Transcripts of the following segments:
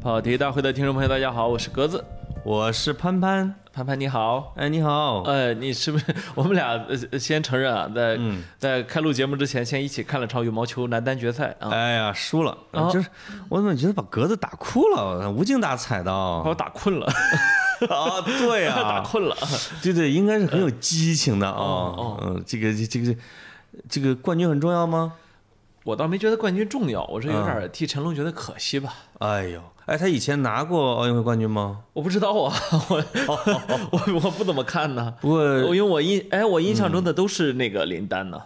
跑题大会的听众朋友，大家好，我是格子，我是潘潘。潘潘你好。哎，你好。呃，你是不是我们俩呃先承认啊，在、在开录节目之前，先一起看了场羽毛球男单决赛啊，哎呀，输了！哦就是我怎么觉得把格子打哭了？无精打采的。把我啊，打困了，对呀、哦 打困了。对对，应该是很有激情的啊。哦嗯，这个这个这个冠军很重要吗？我倒没觉得冠军重要，我是有点替陈龙觉得可惜吧。哎呦，哎，他以前拿过奥运会冠军吗？我不知道啊， 我我我不怎么看呢。不过我因为我印哎，我印象中的都是那个林丹呢，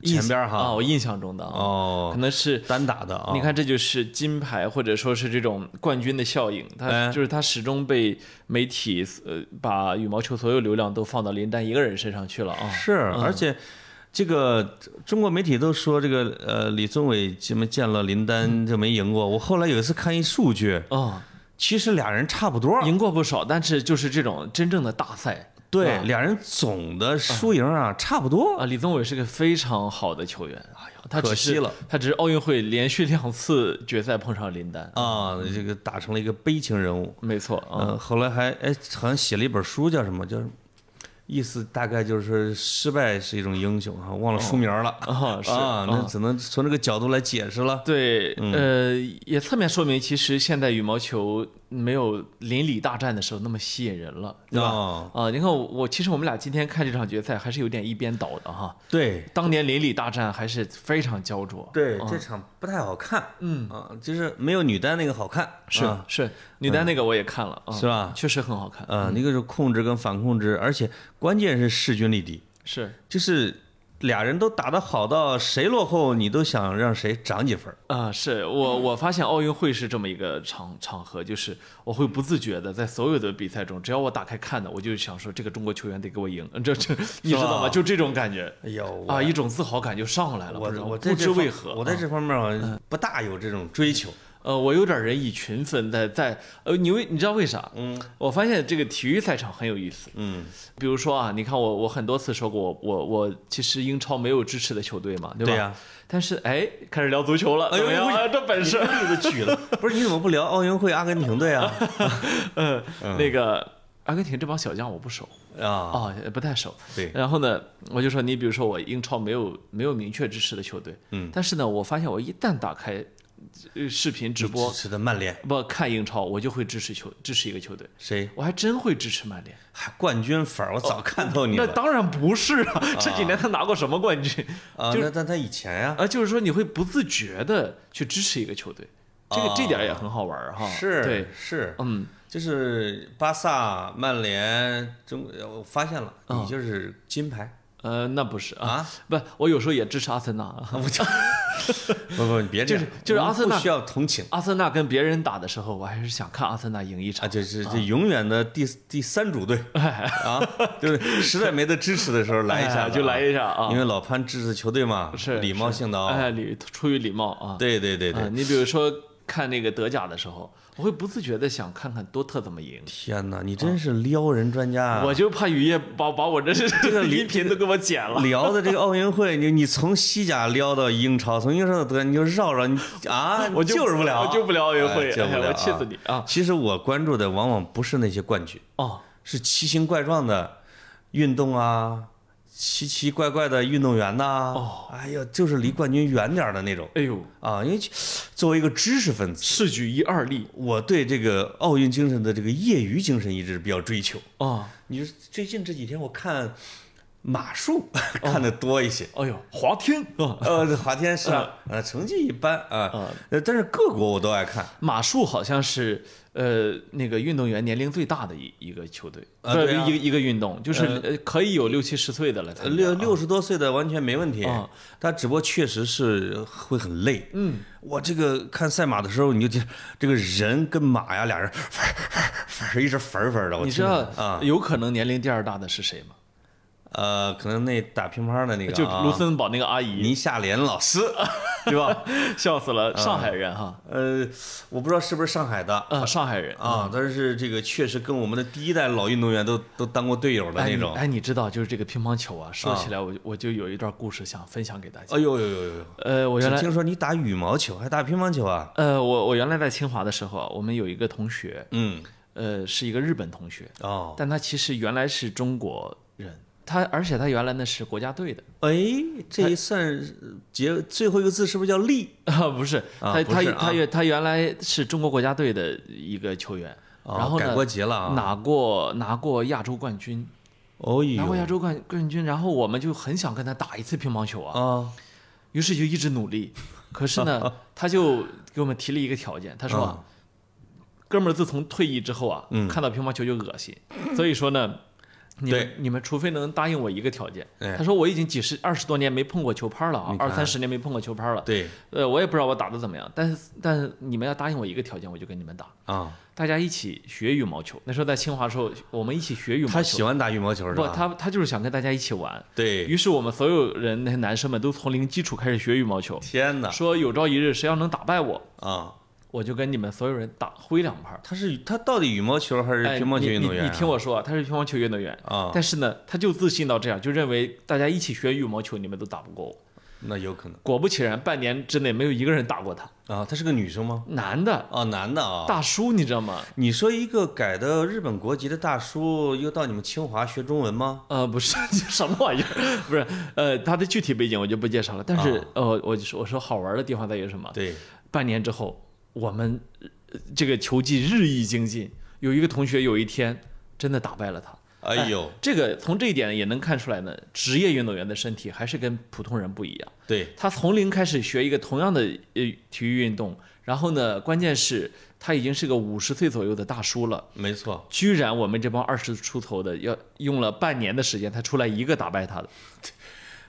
印前边儿哈啊，我印象中的啊，可哦，能是单打的啊。你，看，这就是金牌或者说是这种冠军的效应，它哎就是它始终被媒体呃把羽毛球所有流量都放到林丹一个人身上去了啊。是，而且这个中国媒体都说这个呃，李宗伟什么见了林嗯丹就没赢过。我后来有一次看一数据，啊、其实俩人差不多。赢过不少，但是就是这种真正的大赛对，俩人总的输赢啊差不多。啊，李宗伟是个非常好的球员。哎呦，他只可是惜了，他只是奥运会连续两次决赛碰上林丹，啊，这个打成了一个悲情人物。没错啊。嗯，后来还哎，好像写了一本书，叫什么？叫意思大概就是失败是一种英雄啊，忘了书名了 啊是啊，啊那嗯只能从这个角度来解释了。对，呃，也侧面说明，其实现在羽毛球没有邻里大战的时候那么吸引人了，对吧？啊啊，你看我，我其实我们俩今天看这场决赛还是有点一边倒的哈。对当年邻里大战还是非常焦灼。对，这场不太好看，嗯啊，就是没有女单那个好看，是、啊是，女单那个我也看了，啊、是吧确实很好看，啊，那个是控制跟反控制，而且关键是势均力敌，是就是俩人都打得好到谁落后你都想让谁长几分儿。啊、是我我发现奥运会是这么一个场场合，就是我会不自觉的在所有的比赛中，只要我打开看的，我就想说这个中国球员得给我赢，这这你知道吗？就这种感觉。哎呦，我啊，一种自豪感就上来了，我不知道我在不这知方为何，啊嗯我在这方面好像不大有这种追求。呃，我有点人以群分在在，呃，你为你知道为啥？嗯，我发现这个体育赛场很有意思。嗯，比如说啊，你看我我很多次说过，我我我其实英超没有支持的球队嘛，对吧？对呀但是哎，开始聊足球了，哎怎呦么样我啊？这本 事，例子举了，不是你怎么不聊奥运会阿根廷 队啊？嗯，那个阿根廷这帮小将我不熟啊，啊，也不太熟。对，然后呢，我就说你比如说我英超没有没有明确支持的球队，嗯，但是呢，我发现我一旦打开呃视频直播支，持的曼联不看英超，我就会支持球支持一个球队。谁？我还真会支持曼联。还冠军粉儿，我早看透你哦那了当然不是啊，这几年他拿过什么冠军啊！那但他以前呀，啊？就是说你会不自觉的去支持一个球队，这个啊这点也很好玩儿哈。哦对是，是，嗯，就是巴萨、曼联、中，呃我发现了，哦你就是金牌呃，那不是啊，啊！不，我有时候也支持阿森纳啊。不不，你别这样，就是就是我们阿森纳不需要同情阿森纳跟别人打的时候，我还是想看阿森纳赢一啊，场。就是这永远的第第三主队啊，就是实在没得支持的时候来一下哎就来一下啊因为老潘支持球队嘛，是礼貌性的啊，哎，礼出于礼貌啊。对对对对，啊，你比如说看那个德甲的时候，我会不自觉的想看看多特怎么赢。天哪，你真是撩人专家啊！ 我就怕雨夜把把我这是这个音 频都给我剪了。聊的这个奥运会，你你从西甲撩到英超，从英超到德，你就绕绕你啊， 我你就是不聊，我就不聊奥运会，哎救不哎了我啊气死你啊！其实我关注的往往不是那些冠军，哦，是奇形怪状的运动啊，奇奇怪怪的运动员呐、哦哎呀，就是离冠军远点儿的那种哎呦，啊。因为其作为一个知识分子，此举一二例我对这个奥运精神的这个业余精神一直比较追求。啊！你说最近这几天我看马术 看的多一些。 哎呦，滑天啊！呃，滑天是啊，嗯呃，成绩一般啊，呃，但是各国我都爱看，马术好像是呃那个运动员年龄最大的一一个球队，啊不是对啊一个一个运动，就是呃可以有六七十岁的了才呃六六十多岁的完全没问题啊，他只不过确实是会很累。嗯，我这个看赛马的时候，你就觉得这个人跟马呀，俩人 一直粉儿粉儿的，我你知听着道有可能年龄第二大的是谁吗？呃，可能那打乒乓的那个、啊、就卢森堡那个阿姨，倪夏莲老师，对吧？ 啊笑死了，上海人哈，呃，我不知道是不是上海的啊，上海人啊，但是这个确实跟我们的第一代老运动员都都当过队友的哎那你种。哎，你知道就是这个乒乓球啊，说起来我就我就有一段故事想分享给大家哎。呦呦呦呦！呃，我我原来听说你打羽毛球还打乒乓球啊？呃，我我原来在清华的时候啊，我们有一个同学，嗯，呃，是一个日本同学，哦，但他其实原来是中国人，他而且他原来呢是国家队的。哎，这一算结最后一个字是不是叫力？啊，不是，啊他不他是啊他原他原来是中国国家队的一个球员，哦然后改呢嗯过节了啊！拿过拿过亚洲冠军，哦拿过呦亚洲冠冠军，然后我们就很想跟他打一次乒乓球啊，啊！于是就一直努力，可是 呢，他就给我们提了一个条件，他说啊，哥们儿自从退役之后啊，嗯看到乒乓球就恶心，所以说呢。你们对你们除非能答应我一个条件，哎他说我已经几十二十多年没碰过球拍了啊，你看二三十年没碰过球拍了，嗯对呃，我也不知道我打的怎么样，但是但是你们要答应我一个条件，我就跟你们打。啊，大家一起学羽毛球，那时候在清华的时候，我们一起学羽毛他球。喜欢打羽毛球是不，吧？他他就是想跟大家一起玩。对，于是我们所有人那些男生们都从零基础开始学羽毛球，天哪说有朝一日谁要能打败我，啊！我就跟你们所有人打挥两拍儿。他是他到底羽毛球还是哎乒乓球你运动员啊？你你听我说啊，他是乒乓球运动员，啊，但是呢，他就自信到这样，就认为大家一起学羽毛球，你们都打不过我。那有可能果不其然，半年之内没有一个人打过他，啊。她是个女生吗？男的啊，男的啊。大叔，你知道吗？你说一个改的日本国籍的大叔，又到你们清华学中文吗？呃，不是， 这什么玩意儿？不是，呃，他的具体背景我就不介绍了。但是，啊呃，我就说我说好玩的地方在于什么？对，半年之后，我们呃这个球技日益精进，有一个同学有一天真的打败了他。哎呦，这个从这一点也能看出来呢，职业运动员的身体还是跟普通人不一样。对，他从零开始学一个同样的呃体育运动，然后呢，关键是他已经是个五十岁左右的大叔了。没错，居然我们这帮二十出头的要用了半年的时间才出来一个打败他的。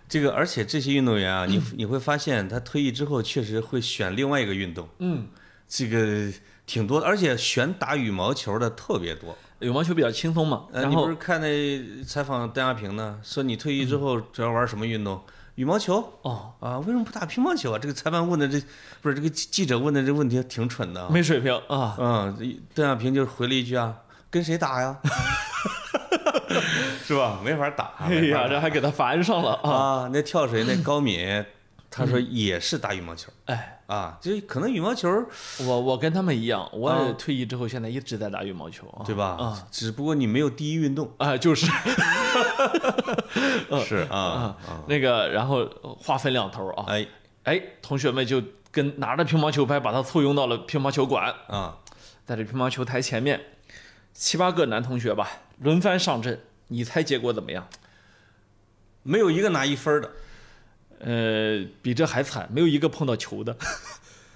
这个而且这些运动员啊，嗯你你会发现他退役之后确实会选另外一个运动，嗯，这个挺多的，而且选打羽毛球的特别多。羽毛球比较轻松嘛，呃，然你不后嗯是看那采访邓亚萍呢，说你退役之后主要玩什么运动？羽毛球哦，啊？为什么不打乒乓球啊？这个裁判问的这不是这个记记者问的这问题挺蠢的啊。没水平啊。嗯，邓亚萍就回了一句啊，跟谁打呀？ 是吧？没法 打。哎啊没呀，法打这还给他烦上了啊！啊，那跳水那高敏，他说也是打羽毛球哎，啊，就是可能羽毛球我我跟他们一样，我也退役之后现在一直在打羽毛球啊。对吧？啊，只不过你没有第一运动啊， 就是是啊，那个，然后划分两头啊。哎哎，同学们就跟拿着乒乓球拍把他簇拥到了乒乓球馆，啊，在这乒乓球台前面，七八个男同学吧轮番上阵，你猜结果怎么样？没有一个拿一分的呃，比这还惨，没有一个碰到球的，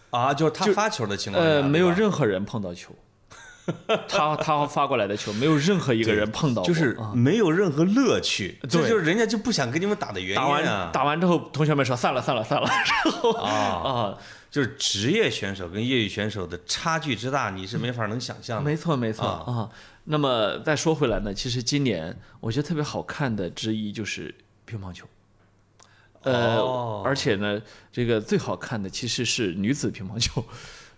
啊，就是他发球的情况下，呃，没有对吧任何人碰到 球。他他发过来的球，没有任何一个人碰到过，就是没有任何乐趣，对这就是人家就不想跟你们打的原打因完啊打完之后，同学们说散了散了散了，然后啊，啊，就是职业选手跟业余选手的差距之大，你是没法能想象的没错没错嗯啊。那么再说回来呢，其实今年我觉得特别好看的之一就是乒乓球。呃，哦而且呢，这个最好看的其实是女子乒乓球。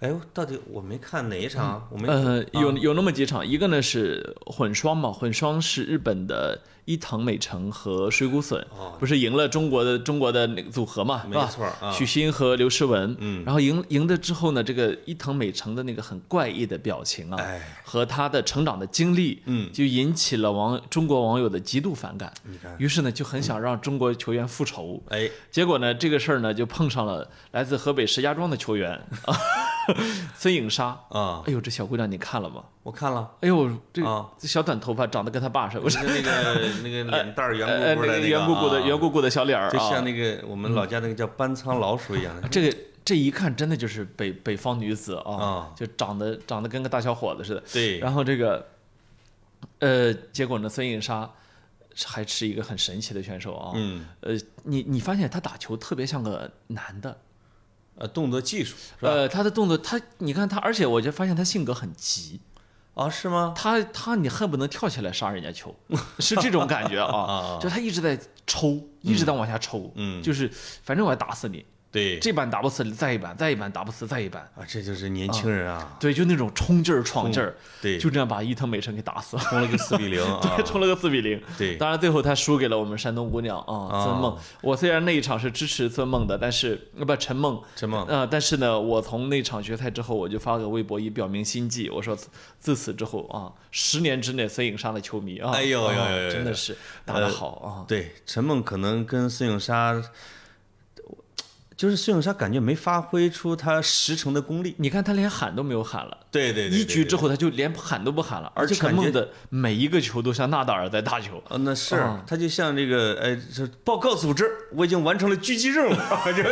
哎呦，到底我没看哪一场啊？我没呃，有有那么几场，一个呢是混双嘛，混双是日本的伊藤美诚和水谷隼，不是赢了中国的中国的那个组合嘛，是哦没吧错啊许昕和刘诗雯，嗯，然后赢赢的之后呢，这个伊藤美诚的那个很怪异的表情啊，哎，和他的成长的经历，嗯，就引起了网中国网友的极度反感，你看，嗯于是呢就很想让中国球员复仇，哎，结果呢，这个事儿呢就碰上了来自河北石家庄的球员 孙颖莎。啊，哎呦，这小姑娘你看了吗？我 看了。哎呦，这个啊这小短头发长得跟他爸似的，不不是？是那个那个脸蛋儿圆呃，鼓鼓的个那个啊，圆鼓鼓的、圆鼓鼓的嗯小脸儿就像啊，那个我们老家那个叫搬仓老鼠一样的。这个这一看真的就是北北方女子啊啊，就长得长得跟个大小伙子似的。 对，然后这个，呃，结果呢，孙颖莎还是一个很神奇的选手啊。嗯，呃，你你发现她打球特别像个男的，呃，动作技术是吧？呃，她的动作，她你看她，而且我就发现她性格很急，啊，是吗？他他你恨不能跳起来杀人家 球，是这种感觉啊，就他一直在抽，一直在往下抽，嗯就是反正我要打死你，对，这板打不死，再一板，再一板打不死，再一板，啊，这就是年轻人啊，对，就那种冲劲儿、闯劲儿，对，就这样把伊藤美诚给打死了，冲了个 四比零啊对，，冲了个四比零。对，当然，最后他输给了我们山东姑娘啊，啊孙梦。我虽然那一场是支持孙梦的，但是呃不陈梦，陈梦呃，但是呢，我从那场决赛之后，我就发个微博以表明心迹，我说自自此之后啊，十年之内孙颖莎的球迷啊，哎呦啊呦呦呦呦呃真的是打得好啊，对，陈梦可能跟孙颖莎，就是孙颖莎感觉没发挥出她十成的功力。你看他连喊都没有喊了。对对一局之后，后，他就连喊都不喊了，而就陈感觉梦的每一个球都像纳达尔在打球，呃，那是嗯她就像这个，哎，是报告组织，我已经完成了 狙击任务，就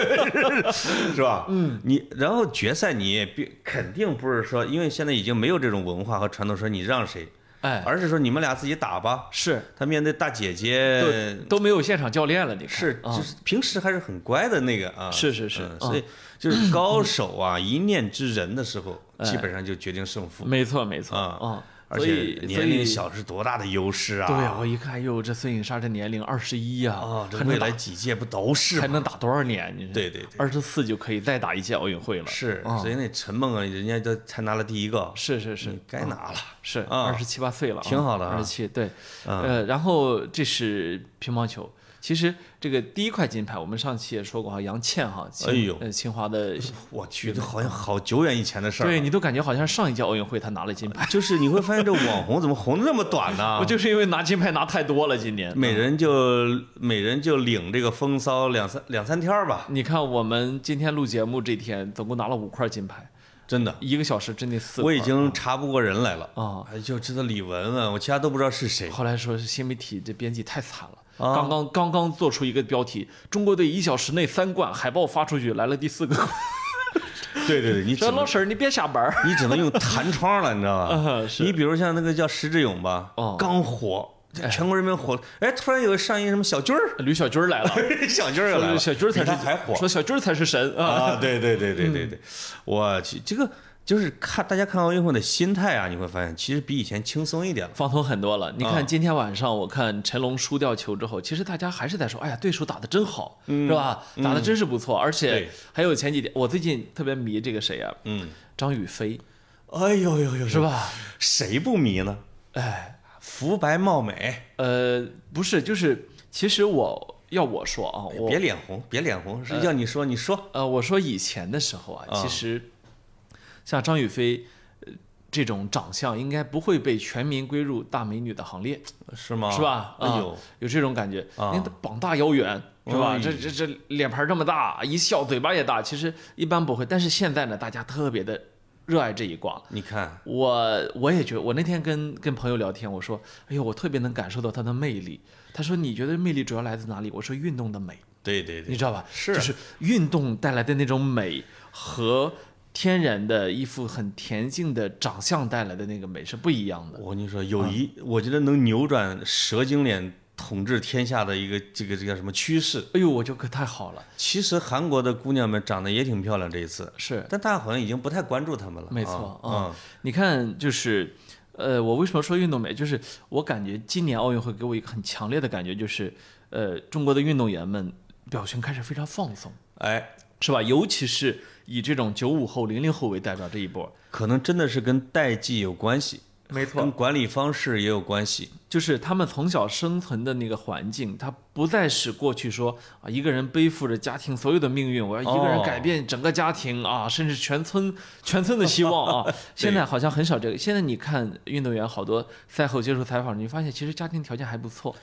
是是吧？嗯，你然后决赛你也必肯定不是说，因为现在已经没有这种文化和传统，说你让谁，哎，而是说你们俩自己打吧。是她面对大姐姐，都没有现场教练了，你看呃是，啊就是平时还是很乖的那个啊。是是是嗯啊所以就是高手啊，一念之仁的时候，基本上就决定胜负。没错没错啊啊，而哎所以且年龄。所以小是多大的优势啊！对呀，我一看，哟，这孙颖莎这年龄二十一呀，啊，这还未能打来几届不都是还吗？能打多少年？你对对对二十四就可以再打一届奥运会了。是，啊所以那陈梦啊，人家都才拿了第一个，是是是该拿了。是，啊二十七八岁嗯了啊，挺好的啊二十七对，呃，然后这是乒乓球。其实这个第一块金牌，我们上期也说过哈，杨倩哈，清哎呦呃清华的，我去，这好像好久远以前的事儿对啊。你都感觉好像上一届奥运会她拿了金牌，就是你会发现这网红怎么红的那么短 呢？我就是因为拿金牌拿太多了，今年每人就每人就领这个风骚两三两三天儿吧，你看，我们今天录节目这天，总共拿了五块金牌，真的。一个小时之内四块。我已经查不过人来了啊！哎就知道李雯雯，我其他都不知道 是谁。后来说是新媒体这编辑太惨了，啊刚刚刚刚做出一个标题：中国队一小时内三冠，海报发出去来了第四 个。对对对，你只说老能婶儿，你别下班儿。你只能用弹窗了，你知道吧啊？ 是你比如像那个叫石志勇吧哦，刚火，全国人民火，哎，突然有个上一什么小军儿， 吕小军儿来了，小军儿又来说了，小军儿才比是他还火说小军儿才是神啊！啊！对对对对对对，我去，这个就是看大家看奥运会的心态啊，你会发现其实比以前轻松一点了。放松很多了。你啊看今天晚上，我看陈龙输掉球之后，其实大家还是在说：“哎呀，对手打得真好，是吧？打得真是不错。”而且嗯对还有前几天，我最近特别迷这个谁啊？嗯，张雨霏哎呦呦呦，是？吧？谁不迷呢？哎，肤白貌美，呃，不是，就是其实我要我说啊，我别脸红，别脸红，谁叫你说你说。呃，我说以前的时候啊，啊其实像张雨霏、呃这种长相，应该不会被全民归入大美女的行列，是吗？是吧？哎啊呦，，有这种感觉，啊您的膀大腰圆。是吧？哎这这这脸盘这么大，一笑嘴巴也大，其实一般不会。但是现在呢，大家特别的热爱这一挂，你看，我我也觉得，我那天跟跟朋友聊天，我说，哎呦，我特别能感受到它的魅力。他说，你觉得魅力主要来自哪里？我说，运动的美，对对你对，知道吧？是就是运动带来的那种美和天然的一副很恬静的长相带来的那个美是不一样的。我跟你说，有一，我觉得能扭转蛇精脸统治天下的一个这个这个叫什么趋势。哎呦，我就可太好了，其实韩国的姑娘们长得也挺漂亮，这一次，是但大家好像已经不太关注她们了。没错啊，嗯你看，就是，呃，我为什么说运动美？就是我感觉今年奥运会给我一个很强烈的感觉，就是，呃，中国的运动员们表情开始非常放松。哎，是吧？尤其是以这种九五后、零零后为代表这一波，可能真的是跟代际有关系，没，跟管理方式也有关系。就是他们从小生存的那个环境，它不再是过去说啊，一个人背负着家庭所有的命运，我要一个人哦改变整个家庭 啊，甚至全村全村的希望啊。现在好像很少这个。现在你看运动员好多赛后接受采访，你发现其实家庭条件还不错。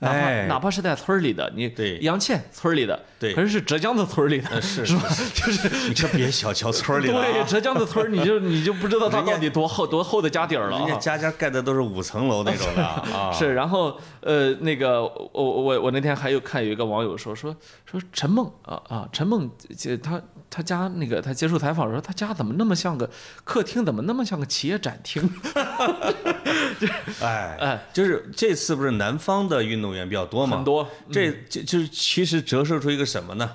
哪怕、哎哪怕是在村儿里的，你对杨倩村儿里的，对可是是浙江的村儿里 的，是是吧？ 就是你可别小瞧村儿里了啊对，浙江的村儿，你就 你就不知道它人家到底多厚多厚的家底儿了人家啊。家家盖的都是五层楼那种 的啊。是，然后呃，那个我我我那天还有看有一个网友说说说陈梦啊啊，陈梦这他他家那个他接受采访的时候，他家怎么那么像个客厅，怎么那么像个企业展厅？ 哎哎，就是这次不是南方的运动员比较多嘛？很多嗯这就就是其实折射出一个什么呢？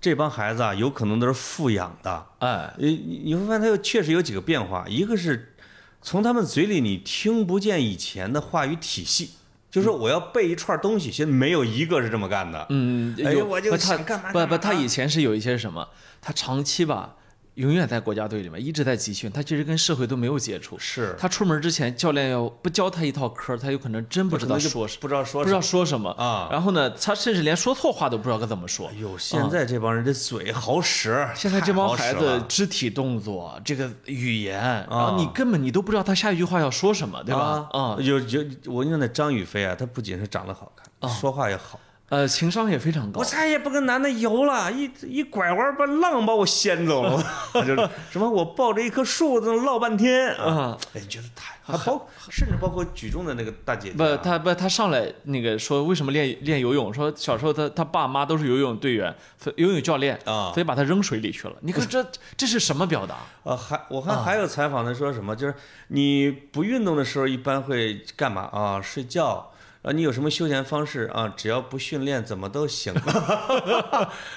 这帮孩子啊，有可能都是富养的。 哎，你你你会发现，他又确实有几个变化，一个是从他们嘴里你听不见以前的话语体系，就是说我要背一串东西，现在没有一个是这么干的。嗯，哎有我就不他想干嘛不干不，嘛啊他以前是有一些什么，他长期吧，永远在国家队里面一直在集训，他其实跟社会都没有接触。是，他出门之前，教练要不教他一套嗑儿，他有可能真不知道说什么，不知道说不知道说什么啊然后呢，他甚至连说错话都不知道该怎么说哎。呦，现在这帮人这嘴好使，现在这太帮好孩使子了肢体动作、这个语言，然后你根本你都不知道他下一句话要说什么，对吧？啊，有有，我跟你说，那张雨霏啊，她不仅是长得好看，说话也好。呃，情商也非常高我。再也不跟男的游了，一一拐弯把浪把我掀走 了，就是什么我抱着一棵树在那唠半天啊，哎，你觉得太还包甚至包括举重的那个大姐姐不，啊，他不，他上来那个说为什么练练游泳？说小时候他他爸妈都是游泳队员、所以游泳教练啊所以把他扔水里去了。你看这这是什么表达？呃，还我看啊还有采访的说什么，就是你不运动的时候一般会干嘛啊？睡觉。然后你有什么休闲方式啊？只要不训练，怎么都行。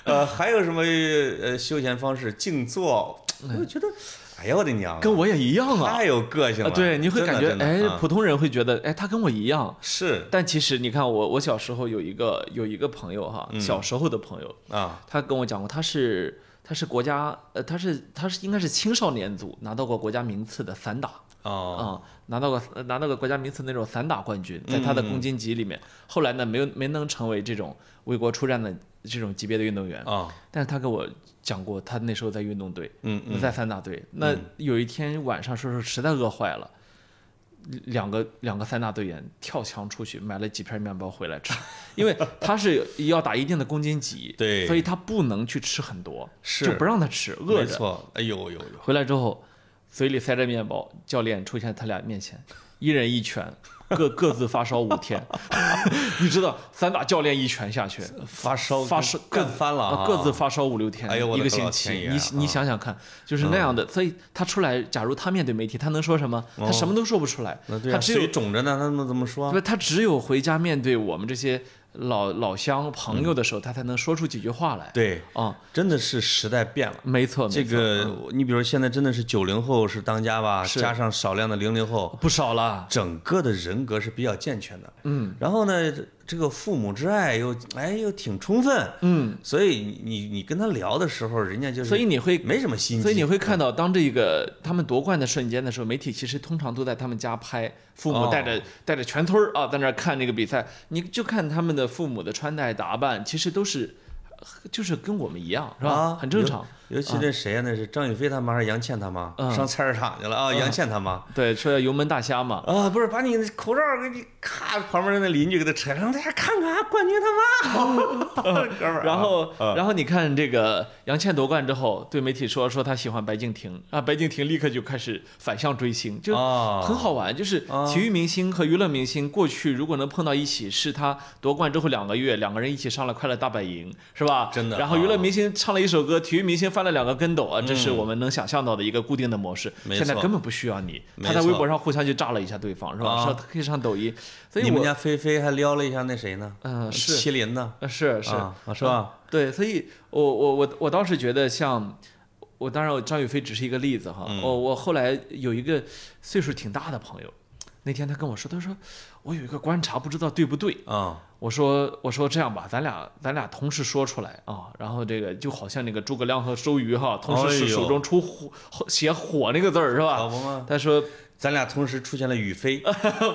呃，还有什么呃休闲方式？静坐。我觉得，哎呀，我的娘啊，嗯跟我也一样啊！太有个性啊了。对，你会真的感觉真的哎啊，普通人会觉得哎，他跟我一样。是但其实你看我，我小时候有一个有一个朋友哈，嗯小时候的朋友，啊，他跟我讲过，他是他是国家呃，他是他是应该是青少年组拿到过国家名次的散打啊、哦，拿到过呃拿到过国家名次那种散打冠军，在他的公斤级里面，后来呢没有没能成为这种为国出战的这种级别的运动员，啊，但是他跟我讲过，他那时候在运动队，嗯嗯，在散打队，那有一天晚上说是实在饿坏了。两个两个散打队员跳墙出去买了几片面包回来吃，因为他是要打一定的公斤级，对所以他不能去吃很多，是就不让他吃，饿没着。错。哎呦呦呦，回来之后，嘴里塞着面包，教练出现在他俩面前，一人一拳，各各自发烧五天。 你知道，散打教练一拳下去，发烧发烧干各翻了啊，各自发烧五六天，哎呦我的一个老星天期爷。啊嗯你你想想看，就是那样的。所以他出来，假如他面对媒体，他能说什么？他什么都说不出来哦那。对他啊，只有水肿着呢，他们怎么说？啊不，他只有回家面对我们这些老老乡朋友的时候，他才能说出几句话来。嗯对，啊，真的是时代变了。没错，没这错嗯个，你比如现在真的是九零后是当家吧，是加上少量的零零后，不少了。整个的人格是比较健全的。嗯，然后呢，这个父母之爱又哎又挺充分，嗯，所以你你你跟他聊的时候，人家就是所以你会没什么心机，啊所以你会嗯看到，当这个他们夺冠的瞬间的时候，媒体其实通常都在他们家拍，父母哦带着、带着全村儿啊，在那儿看这个比赛。你就看他们的父母的穿戴打扮，其实都是，就是跟我们一样，是吧？啊很正常。尤其那谁呀、那是张雨霏他妈还是杨倩他妈？嗯上菜市场去了啊！杨倩他妈对，说要油焖大虾嘛，啊，不是把你口罩给你咔，旁边那邻居给他扯上，大家看看啊，冠军 他妈，哥们儿啊。然后，啊然后你看这个杨倩夺冠之后，对媒体说说她喜欢白敬亭啊，白敬亭立刻就开始反向追星，就啊很好玩。就是体育明星和娱乐明星过去如果能碰到一起，是他夺冠之后两个月，两个人一起上了《快乐大本营》，是吧？真的啊然后娱乐明星唱了一首歌，体育明星翻了两个跟斗啊，这是我们能想象到的一个固定的模式。嗯没现在错根本不需要你，没他在微错博上互相去炸了一下对方，是吧？啊说可以上抖音，所以你们我家菲菲还撩了一下那谁呢？嗯是麒麟呢？呃是是。啊，啊是吧？对，所以我我我我倒是觉得像。我当然，我张雨霏只是一个例子哈。嗯我我后来有一个岁数挺大的朋友，那天他跟我说，他说我有一个观察，不知道对不对。啊，我说我说这样吧，咱俩咱俩同时说出来啊。然后这个就好像那个诸葛亮和周瑜哈，同时哎是呦手中出火、写火那个字儿是吧？好不嘛，他 说咱俩同时出现了雨霏，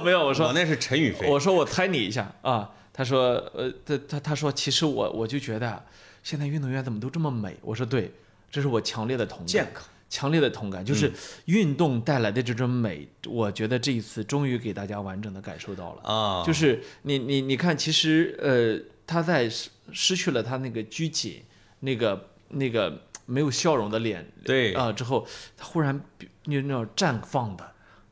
没有，呃我说我那是陈雨霏。我说我猜你一下啊，他说呃，他他他说其实我我就觉得啊现在运动员怎么都这么美？我说对，这是我强烈的同健嗯感，强烈的同感就是运动带来的这种美，我觉得这一次终于给大家完整的感受到了。啊，就是你你你看，其实呃，他在失失去了他那个拘谨，那个那个没有笑容的脸，对啊、之后，他忽然那那种绽放的，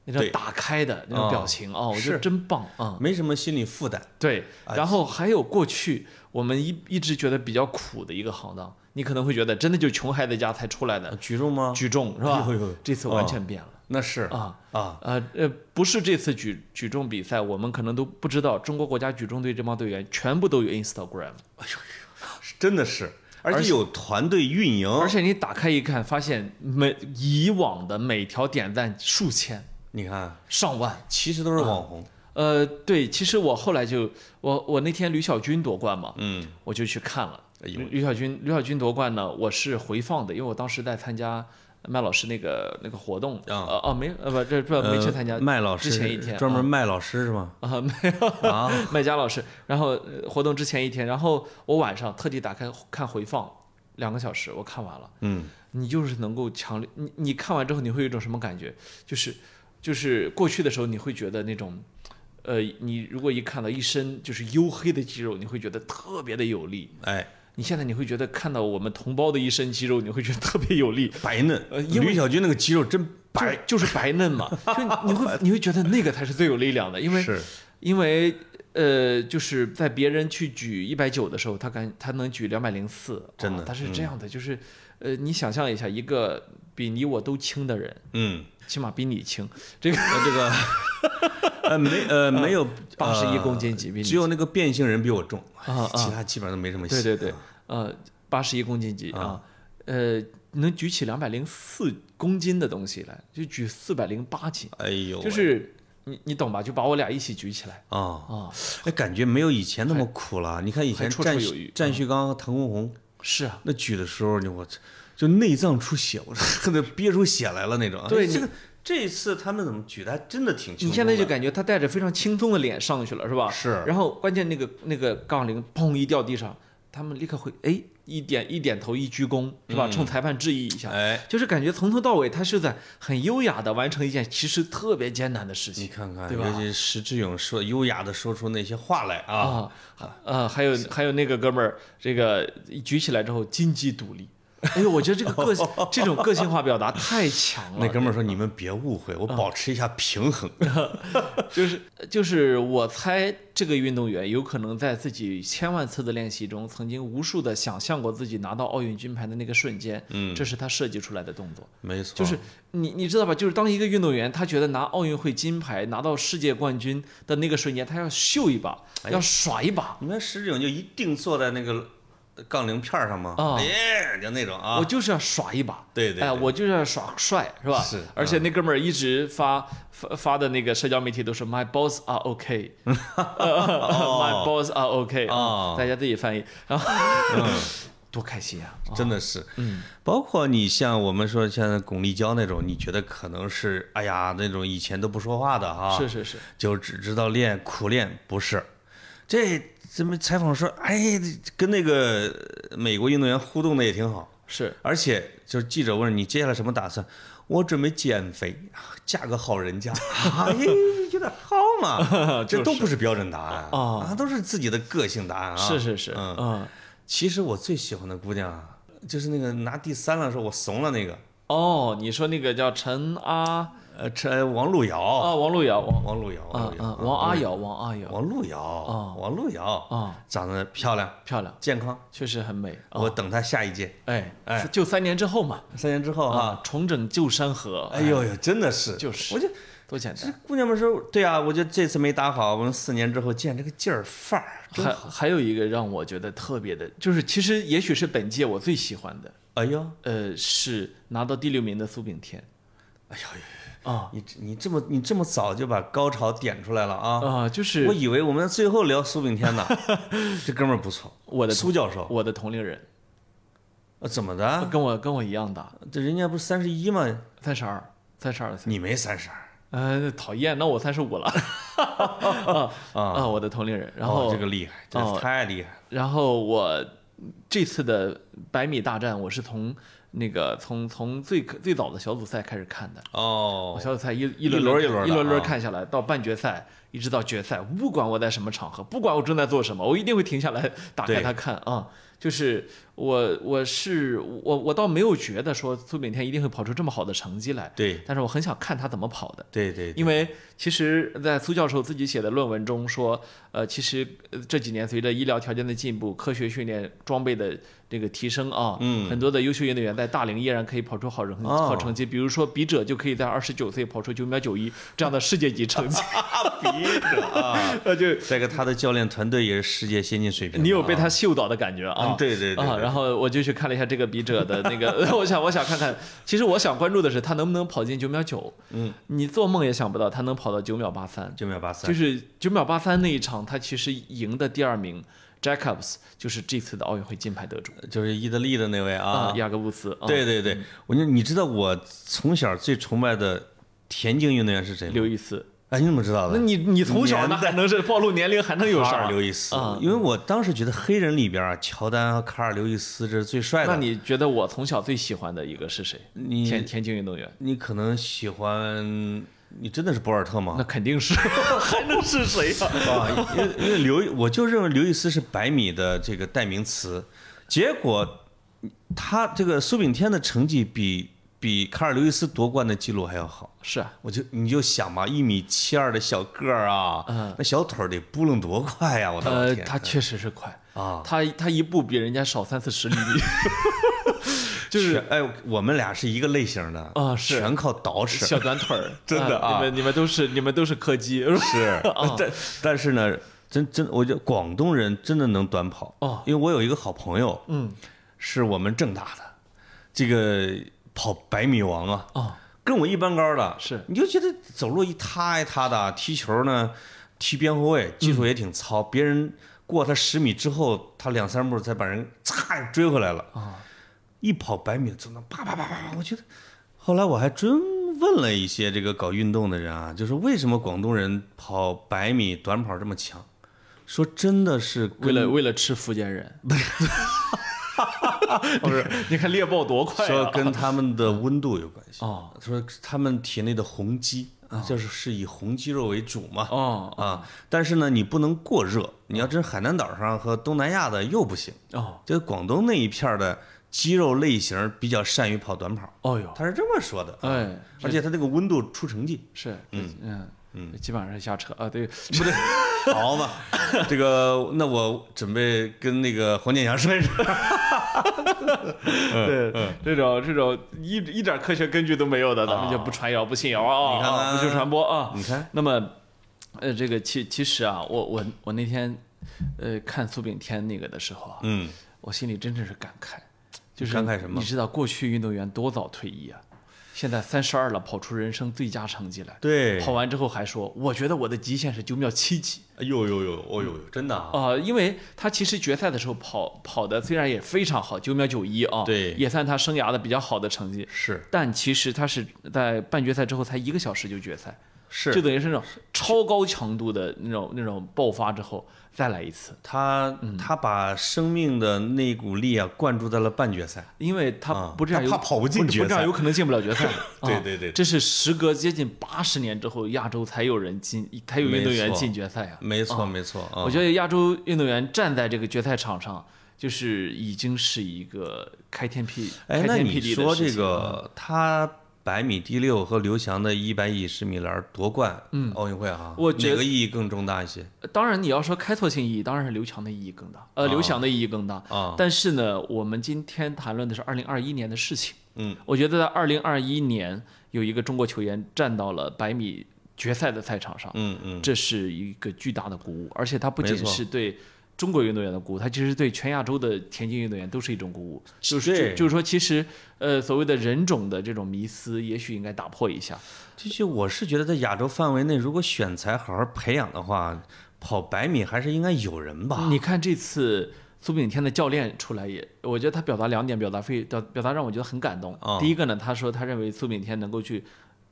那种对打开的那种表啊情啊、我觉得是真棒啊。没什么心理负担。对，哎然后还有过去我们一一直觉得比较苦的一个行当，你可能会觉得真的就穷孩子家才出来的举重吗？呃举重是吧嗯哎呦呦呦？哦这次完全变了那是啊。啊，呃呃，不是这次举举重比赛，我们可能都不知道，中国国家举重队这帮队员全部都有 Instagram，真的是，而且有团队运营。而且你打开一看，发现每以往的每条点赞数千，你看，上万。其实都啊是网红，呃，对，其实我后来就我我那天吕小军夺冠嘛，嗯，我就去看了。哎吕呦吕小军，吕小军夺冠呢，我是回放的，因为我当时在参加麦老师那个那个活动。啊呃哦没呃不这不没去参加呃麦老师之前一天专啊门麦老师是吗？啊没啊，麦家老师，然后呃活动之前一天，然后我晚上特地打开看回放，两个小时我看完了。嗯，你就是能够强烈，你你看完之后你会有一种什么感觉？就是就是过去的时候你会觉得那种，呃，你如果一看到一身就是黝黑的肌肉，你会觉得特别的有力。哎，你现在你会觉得看到我们同胞的一身肌肉，你会觉得特别有力，白嫩，呃因为吕小军那个肌肉真白，就就是白嫩 嘛，就你会你会觉得那个才是最有力量的，因为是，因为呃，就是在别人去举一百九的时候，他敢他能举两百零四，真的嗯啊他是这样的，就是呃，你想象一下，一个比你我都轻的人，嗯，起码比你轻，这个呃这个呃没呃没有 八十一呃公斤级比你只有那个变性人比我重，啊啊其他基本上都没什么戏。对对对，呃，八十一公斤级啊，呃，能举起两百零四公斤的东西来，就举四百零八斤，哎呦喂，就是你你懂吧？就把我俩一起举起来啊，啊，哎，感觉没有以前那么苦了。你看以前还绰战绰有旭余嗯战旭刚和滕红红是啊，那举的时候，你我就内脏出血，我 恨得憋出血来了那种。对哎你这个这一次他们怎么举的还真的挺轻松的。啊你现在就感觉他带着非常轻松的脸上去了，是吧？是然后关键那个那个杠铃砰一掉地上，他们立刻会哎一点一点头一鞠躬，是嗯吧？冲裁判致意一下，哎，就是感觉从头到尾他是在很优雅的完成一件其实特别艰难的事你情。看看，对吧尤其是石志勇说优雅的说出那些话来啊，啊啊！还有还有那个哥们儿，这个举起来之后金鸡独立，哎呦，我觉得这个 个性这种个性化表达太强了。那哥们儿说：“你们别误会，啊我保持一下平衡。嗯就是就是，我猜这个运动员有可能在自己千万次的练习中，曾经无数的想象过自己拿到奥运金牌的那个瞬间，嗯哦这是他设计出来的动作。没错，就是你你知道吧？就是当一个运动员他觉得拿奥运会金牌、拿到世界冠军的那个瞬间，他要秀一把，哎要耍一把。你看石志勇就一定坐在那个杠铃片儿上嘛，啊耶，就那种啊，我就是要耍一把，对对对哎，我就是要耍帅，是吧？是嗯而且那哥们儿一直发发发的那个社交媒体都是 My balls are okay，My balls are okay，嗯哦嗯大家自己翻译， 然后 多开心啊！真的是，嗯，包括你像我们说像巩立姣那种，你觉得可能是哎呀那种以前都不说话的哈，是是是，就只知道练苦练，不是？这咱们采访说，哎，跟那个美国运动员互动的也挺好，是而且就是记者问你接下来什么打算，我准备减肥，啊嫁个好 人家，哎，有点好嘛，这都不是标准答案哦啊，都是自己的个性答案啊，是是是，嗯。嗯，其实我最喜欢的姑娘啊，就是那个拿第三了的时候我怂了那个，哦，你说那个叫陈阿呃，这王璐瑶，啊，王璐瑶，王王璐瑶，啊哦王啊，璐王瑶，阿瑶，王阿瑶王璐瑶，王璐瑶，啊，长得漂亮，漂亮，健康，确实很美啊，我等她下一届，哎哎，就三年之后嘛，三年之后哈，啊，重整旧山河，哎呦呦，真的是，就是我就多简单这。姑娘们说，对啊，我就这次没打好，我们四年之后见这个劲儿范儿，真还还有一个让我觉得特别的，就是其实也许是本届我最喜欢的，哎呦，呃，是拿到第六名的苏炳添。哎呦呦，啊你这你这么你这么早就把高潮点出来了啊！啊、就我是以为我们最后聊苏炳添呢，这哥们儿不错，我的苏教授，我的同龄人，呃，怎么的？跟我跟我一样大，这人家不是三十一吗？三十二，三十二岁。你没三十二呃，讨厌，那我三十五了。啊啊，我的同龄人。然后、这个厉害，这哦太厉害了。然后我这次的百米大战，我是从那个从从最最早的小组赛开始看的。我哦，小组赛一一一轮轮儿一一轮儿一的轮轮啊看下来，到半决赛一直到决赛，不管我在什么场合，不管我正在做什么，我一定会停下来打开对它看啊。就是我我是我我倒没有觉得说苏炳添一定会跑出这么好的成绩来，对但是我很想看他怎么跑的。对对，因为其实，在苏教授自己写的论文中说，呃，其实呃这几年随着医疗条件的进步、科学训练、装备的这个提升啊，嗯很多的优秀运动员在大龄依然可以跑出好成哦好成绩。比如说，笔者就可以在二十九岁跑出九秒九一这样的世界级成 绩。别着 啊！那就再一个，他的教练团队也是世界先进水平的啊。你有被他嗅到的感觉啊？嗯对对对啊，对然然后我就去看了一下这个笔者的那个， 我想我想看看，其实我想关注的是他能不能跑进九秒九。嗯，你做梦也想不到他能跑到九秒八三，九秒八就三，是九秒八三那一场，他其实赢的第二名 Jacobs 就是这次的奥运会金牌得主就是意大利的那位啊，雅各布斯。啊对，对对，我就你知道我从小最崇拜的田径运动员是谁吗？刘易斯。哎，你怎么知道的？那你你从小那年代还能是暴露年龄还能有卡啥尔？刘易斯啊，因为我当时觉得黑人里边啊，乔丹和卡尔刘易斯这是最帅那的。你觉得我从小最喜欢的一个是谁？田你田径运动员？你可能喜欢，你真的是博尔特吗那？肯定 是，还能是谁呀、啊，因为因为刘，我就认为刘易斯是百米的这个代名词，结果他这个苏炳添的成绩比比卡尔刘易斯夺冠的记录还要好。是啊，我就你就想嘛，一米七二的小个儿啊，那小腿儿得扑棱多快呀！我 的嗯呃，哦天，他确实是快，啊，他他一步比人家少三四十厘米，就是哎，我们俩是一个类型的啊是全靠捯饬。小短腿儿， 真的啊你们你们都是你们都是柯基， 是，哦但但是呢，真真，我觉得广东人真的能短跑哦因为我有一个好朋友，嗯，是我们正大的，这个跑百米王啊，哦，跟我一般高的，是你就觉得走路一塌一塌的，踢球呢，踢边后卫，技术也挺嗯糙，别人过他十米之后，他两三步才把人嚓追回来了啊，一跑百米总能啪啪啪啪啪，我觉得，后来我还真问了一些这个搞运动的人啊，就是为什么广东人跑百米短跑这么强？说真的是跟为了为了吃福 建人，哦不是？你看猎豹多快说啊！跟他们的温度有关系哦，说他们体内的红肌就是是以红肌肉为主嘛，哦啊，但是呢，你不能过热。你要真海南岛上和东南亚的又不行，哦就是广东那一片儿的肌肉类型比较善于跑短跑，哦哟，他是这么说的。哎，而且他那个温度出成绩，是嗯嗯，基本上是瞎扯啊， 对，好 嘛，这个那我准备跟那个黄健翔说一说。 嗯对，这种这种一一点科学根据都没有的，咱们就不传谣不信谣啊，哦你看啊看嗯不去传播啊。你看，那么，呃，这个其其实啊，我我我那天，呃，看苏炳添那个的时候啊，嗯，我心里真的是感慨，就是感慨什么你知道过去运动员多早退役啊，现在三十二了，跑出人生最佳成绩来，对，跑完之后还说，我觉得我的极限是九秒七几。哎呦呦呦，哦呦呦，真的啊，啊、因为他其实决赛的时候跑跑的虽然也非常好，九秒九一啊，对也算他生涯的比较好的成绩。是但其实他是在半决赛之后才一个小时就决赛，是，就等于是那种超高强度的那种那种爆发之后再来一次，他嗯他把生命的那股力啊灌注在了半决赛。因为他啊不这样他有、怕跑不进决赛。不这样有可能进不了决赛 对啊对对这是时隔接近八十年之后，亚洲才有人进，才有运动没员错进决赛呀、没错没错啊，哦我觉得亚洲运动员站在这个决赛场上，就是已经是一个开天辟哎开，那天辟你地的说事这情。嗯个他百米第六和刘翔的一百一十米栏夺冠，嗯，奥运会啊，我觉哪个意义更重大一些当然，你要说开拓性意义，当然是刘强的意义更大，呃，刘翔的意义更大。啊？但是呢，我们今天谈论的是二零二一年的事情。嗯，我觉得在二零二一年，有一个中国球员站到了百米决赛的赛场上，嗯嗯，这是一个巨大的鼓舞，而且它不没仅错是对中国运动员的鼓舞，它其实对全亚洲的田径运动员都是一种鼓舞。就是对就就是说，其实呃，所谓的人种的这种迷思，也许应该打破一下。这些我是觉得在亚洲范围内，如果选材好好培养的话，跑百米还是应该有人吧？你看这次苏炳添的教练出来也，我觉得他表达两点，表达非表表达让我觉得很感动。哦第一个呢，他说他认为苏炳添能够去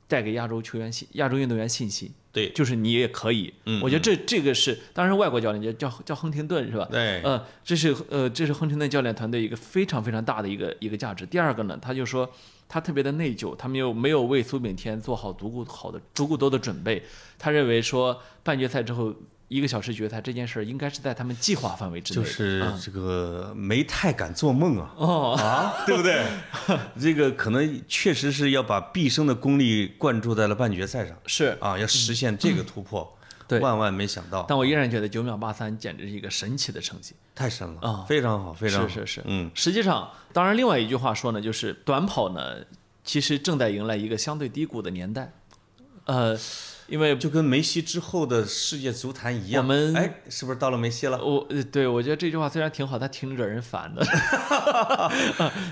带给亚洲球员信、亚洲运动员信心，对，就是你也可以。嗯我觉得这这个是，当然是外国教练叫叫叫亨廷顿是吧？对，呃，这是呃，这是亨廷顿教练团队一个非常非常大的一个一个价值。第二个呢，他就说他特别的内疚，他没有没有为苏炳添做好足够好的足够多的准备。他认为说半决赛之后一个小时决赛这件事儿应该是在他们计划范围之内就的。是这个没太敢做梦啊。哦，啊， 对不对？这个可能确实是要把毕生的功力灌注在了半决赛上是，啊，要实现这个突破，嗯对万万没想到，但我依然觉得九秒八三简直是一个神奇的成绩。太深了啊非常好，非常好，是是是，嗯，实际上，当然另外一句话说呢，就是短跑呢，其实正在迎来一个相对低谷的年代。呃，因为就跟梅西之后的世界足坛一样，我们哎，是不是到了梅西了？我呃对我觉得这句话虽然挺好，但挺惹人烦 的。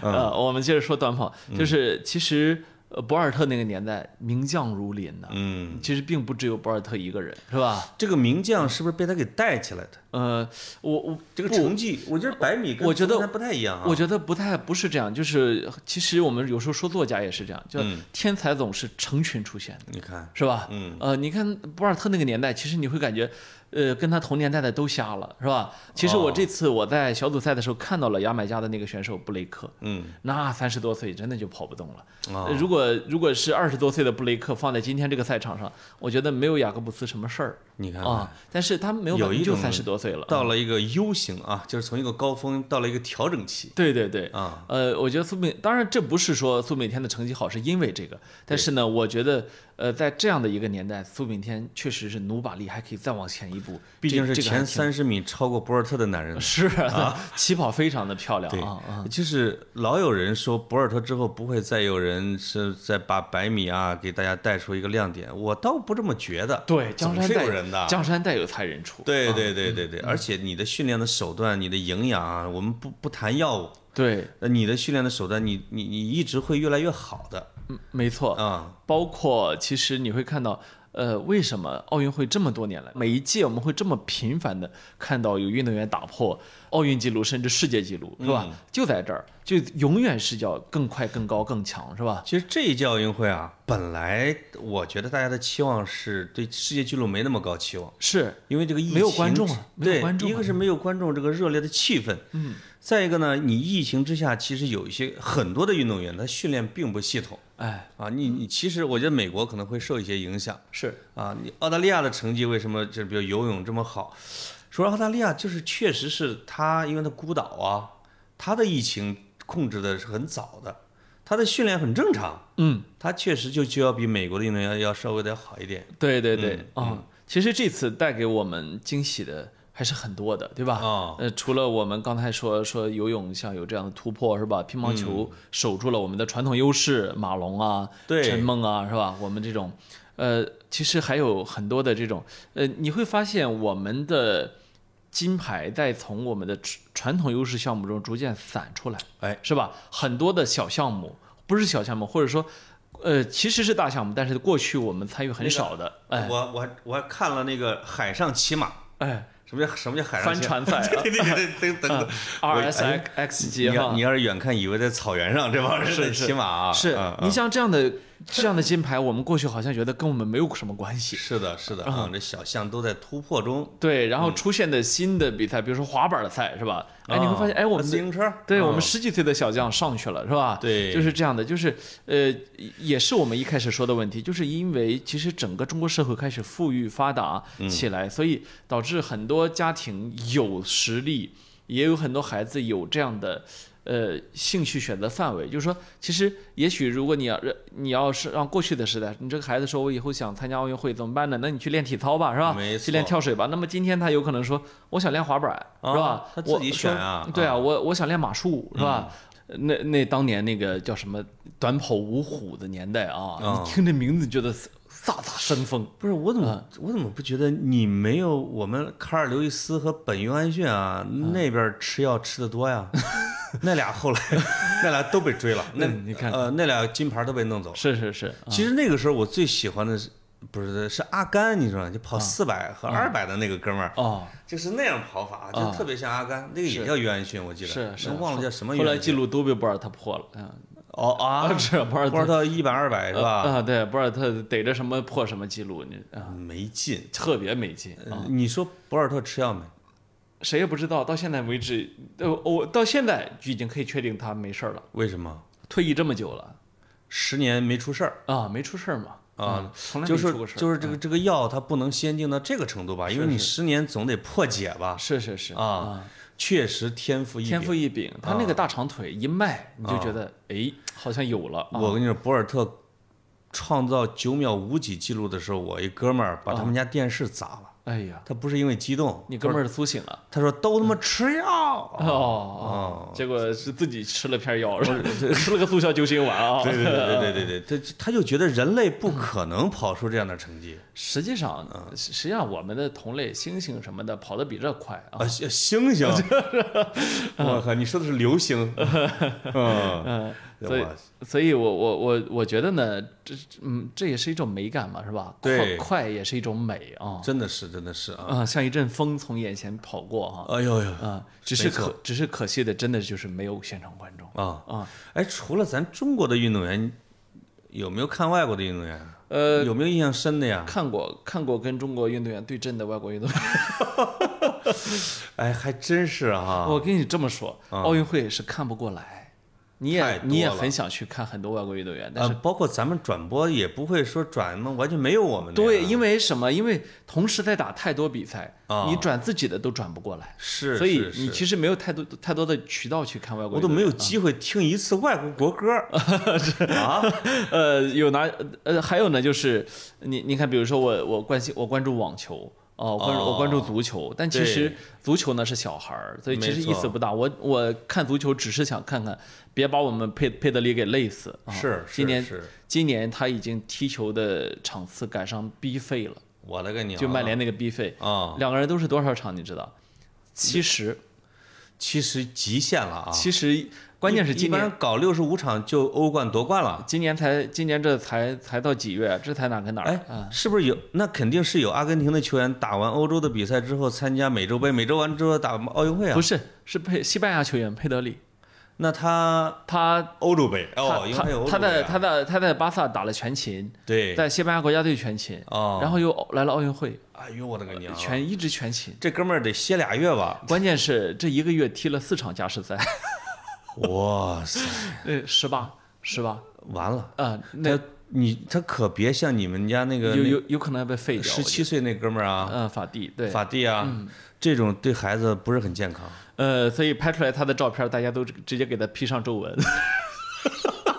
嗯呃，我们接着说短跑，就是其实呃博尔特那个年代名将如林呐、嗯，其实并不只有博尔特一个人，是吧？这个名将是不是被他给带起来的？呃，我我这个不成绩，我觉得百米跟我觉得足坛不太一样啊。我觉得不太不是这样，就是其实我们有时候说作家也是这样，就嗯天才总是成群出现的，你看，是吧？嗯，呃，你看博尔特那个年代，其实你会感觉，呃，跟他同年代的都瞎了，是吧？其实我哦这次我在小组赛的时候看到了牙买加的那个选手布雷克，嗯，那三十多岁真的就跑不动了。啊呃，如果如果是二十多岁的布雷克放在今天这个赛场上，我觉得没有雅各布斯什么事儿你看啊。但是他没有有办法，一就种三十多岁了。到了一个 U 型啊，就是从一个高峰到了一个调整期对对对，啊。呃，我觉得苏炳，当然这不是说苏炳添的成绩好是因为这个，但是呢，我觉得，呃，在这样的一个年代，苏炳添确实是努把力，还可以再往前一步，毕竟这是这个还前挺三十米超过博尔特的男人呢，是啊， 起跑非常的漂亮对啊啊！就是老有人说博尔特之后不会再有人是在把百米啊给大家带出一个亮点，我倒不这么觉得。对，江总山是代有人的。江啊嗯山代有才人出。对对对对对，而且你的训练的手段、你的营养啊，我们不不谈药物，对，呃你的训练的手段，你你你一直会越来越好的嗯没错。啊。包括其实你会看到，呃，为什么奥运会这么多年来，每一届我们会这么频繁的看到有运动员打破奥运纪录甚至世界纪录，是吧？就在这儿，就永远是叫更快、更高、更强，是吧？其实这一届奥运会啊，本来我觉得大家的期望是对世界纪录没那么高期望，是因为这个疫情没有观众啊没有对观众啊一个是没有观众这个热烈的气氛，嗯，再一个呢，你疫情之下，其实有一些很多的运动员他训练并不系统哎，啊，你你其实我觉得美国可能会受一些影响是啊，你澳大利亚的成绩为什么就是比如游泳这么好？说澳大利亚就是确实是他，因为他孤岛啊，他的疫情控制的是很早的，他的训练很正常。嗯，他确实就就要比美国的运动员要稍微的好一点。对对对，嗯啊、其实这次带给我们惊喜的还是很多的，对吧？哦呃，除了我们刚才说说游泳像有这样的突破是吧？乒乓球守住了我们的传统优势，马龙啊，对陈梦啊，是吧？我们这种，呃，其实还有很多的这种，呃，你会发现我们的金牌在从我们的传传统优势项目中逐渐散出来，哎，是吧？很多的小项目不是小项目，或者说。呃，其实是大项目，但是过去我们参与很少的，哎我我还我还看了那个海上骑马，哎，什么叫什么叫海上帆骑马？船 赛对对对对对，等等。 我哎，R S X 你级要哈你，要是远看以为在草原上这帮人在骑马啊，是嗯你嗯像这样的这样的金牌，我们过去好像觉得跟我们没有什么关系。是的是的嗯啊，这小项都在突破中。对，然后出现的新的比赛，比如说滑板的赛是吧？哎，啊你会发现，哎，我们自的行车，对嗯我们十几岁的小将上去了是吧？对就是这样的，就是呃，也是我们一开始说的问题，就是因为其实整个中国社会开始富裕发达起来，所以导致很多家庭有实力，也有很多孩子有这样的。呃，兴趣选择范围，就是说，其实也许如果你要呃你要是让过去的时代，你这个孩子说我以后想参加奥运会怎么办呢？那你去练体操吧，是吧？没去练错跳水吧。那么今天他有可能说，我想练滑板，啊是吧？他自我己说选啊嗯对啊，我我想练马术，是吧？那那当年那个叫什么短跑五虎的年代啊，啊你听这名字觉得飒飒生风，不是我怎么、啊我怎么不觉得你没有我们卡尔刘易斯和本约翰逊啊、那边吃药吃的 多呀？那俩后来那俩都被追了，那、嗯你看啊呃那俩金牌都被弄走。是是是，其实那个时候我最喜欢的是不是是阿甘？你知道吗就跑四百和二百的那个哥们儿。啊哦，就是那样跑法，就啊特别像阿甘，那个也叫约翰逊，我记得是是，啊那忘了叫什么约后翰逊。来记录都被博尔特破了，嗯，哦 啊，是博尔博特尔特一百二百是吧？啊，对，博尔特逮着什么破什么记录，你啊，没劲。特别没劲。呃你说博尔特吃药没？谁也不知道，到现在为止，呃，我到现在已经可以确定他没事儿了，为什么？退役这么久了十年没出事儿。啊，没出事儿嘛，嗯啊，从来就没是出过事儿，就是这个这个药，它不能先进到这个程度吧？因为你十年总得破解吧？是是是啊，确实天赋异天禀。啊赋异禀，他那个大长腿一迈，你就觉得哎，好像有了啊。我跟你说，博尔特创造九秒五几记录的时候，我一哥们儿把他们家电视砸了，哎呀，他不是因为激动，你哥们儿苏醒了他说都他妈吃药哦啊！哦，结果是自己吃了片药，吃了个速效救心丸啊。对对对对对对，他他就觉得人类不可能跑出这样的成绩实际上，嗯实实际上我们的同类猩猩什么的跑得比这快啊啊！。猩猩猩，我靠，你说的是流星，嗯，嗯，所以对吧？所以我我我我觉得呢，这嗯，这也是一种美感嘛，是吧？对快快也是一种美啊真的是真的是啊！啊，像一阵风从眼前跑过哈哎呦呦啊，只是没错可只是可惜的，真的就是没有现场观众。啊啊！哎，除了咱中国的运动员，有没有看外国的运动员？呃，有没有印象深的呀？看过看过跟中国运动员对阵的外国运动员，哎，还真是哈。我跟你这么说，奥运会是看不过来，你啊太也多你也了很想去看很多外国运动员，但啊是，包括咱们转播也不会说转嘛，完全没有我们的呀。对，因为什么？因为同时在打太多比赛啊，你转自己的都转不过来，是，所以是你是其实没有太多太多的渠道去看外国，我都没有。机会听一次外国国歌啊！ 呃，有哪呃，还有呢，就是你你看，比如说我我关心我关注网球。哦，我关注哦我关注足球，但其实对足球呢是小孩儿，所以其实没错意思不大。我我看足球只是想看看，别把我们佩佩德里给累死。啊是，是今年是，今年他已经踢球的场次赶上 B 费了，我的个娘啊！就曼联那个 B 费，啊，两个人都是多少场？你知道？七十，其实极限了啊！其实关键是一今一年般搞六十五场就欧冠夺冠了。今年才今年这才才到几月？这才哪跟哪儿？啊哎，是不是有？那肯定是有阿根廷的球员打完欧洲的比赛之后参加美洲杯，美洲完之后打奥运会啊不。是，是佩西班牙球员佩德里，那他他欧洲杯他哦，因为有欧他他洲杯在啊他在他在巴萨打了全勤，对在西班牙国家队全勤，哦，然后又来了奥运会，哎呦我的个娘啊！全一直全勤。这哥们儿得歇俩月吧？关键是这一个月踢了四场加时赛， 哇塞，呃，十八十八，完了！啊，那他你他可别像你们家那个有有有可能要被废掉。十七岁那哥们儿啊，嗯，法蒂对，法蒂啊，这种对孩子不是很健康。呃，所以拍出来他的照片，大家都直接给他 P 上皱纹，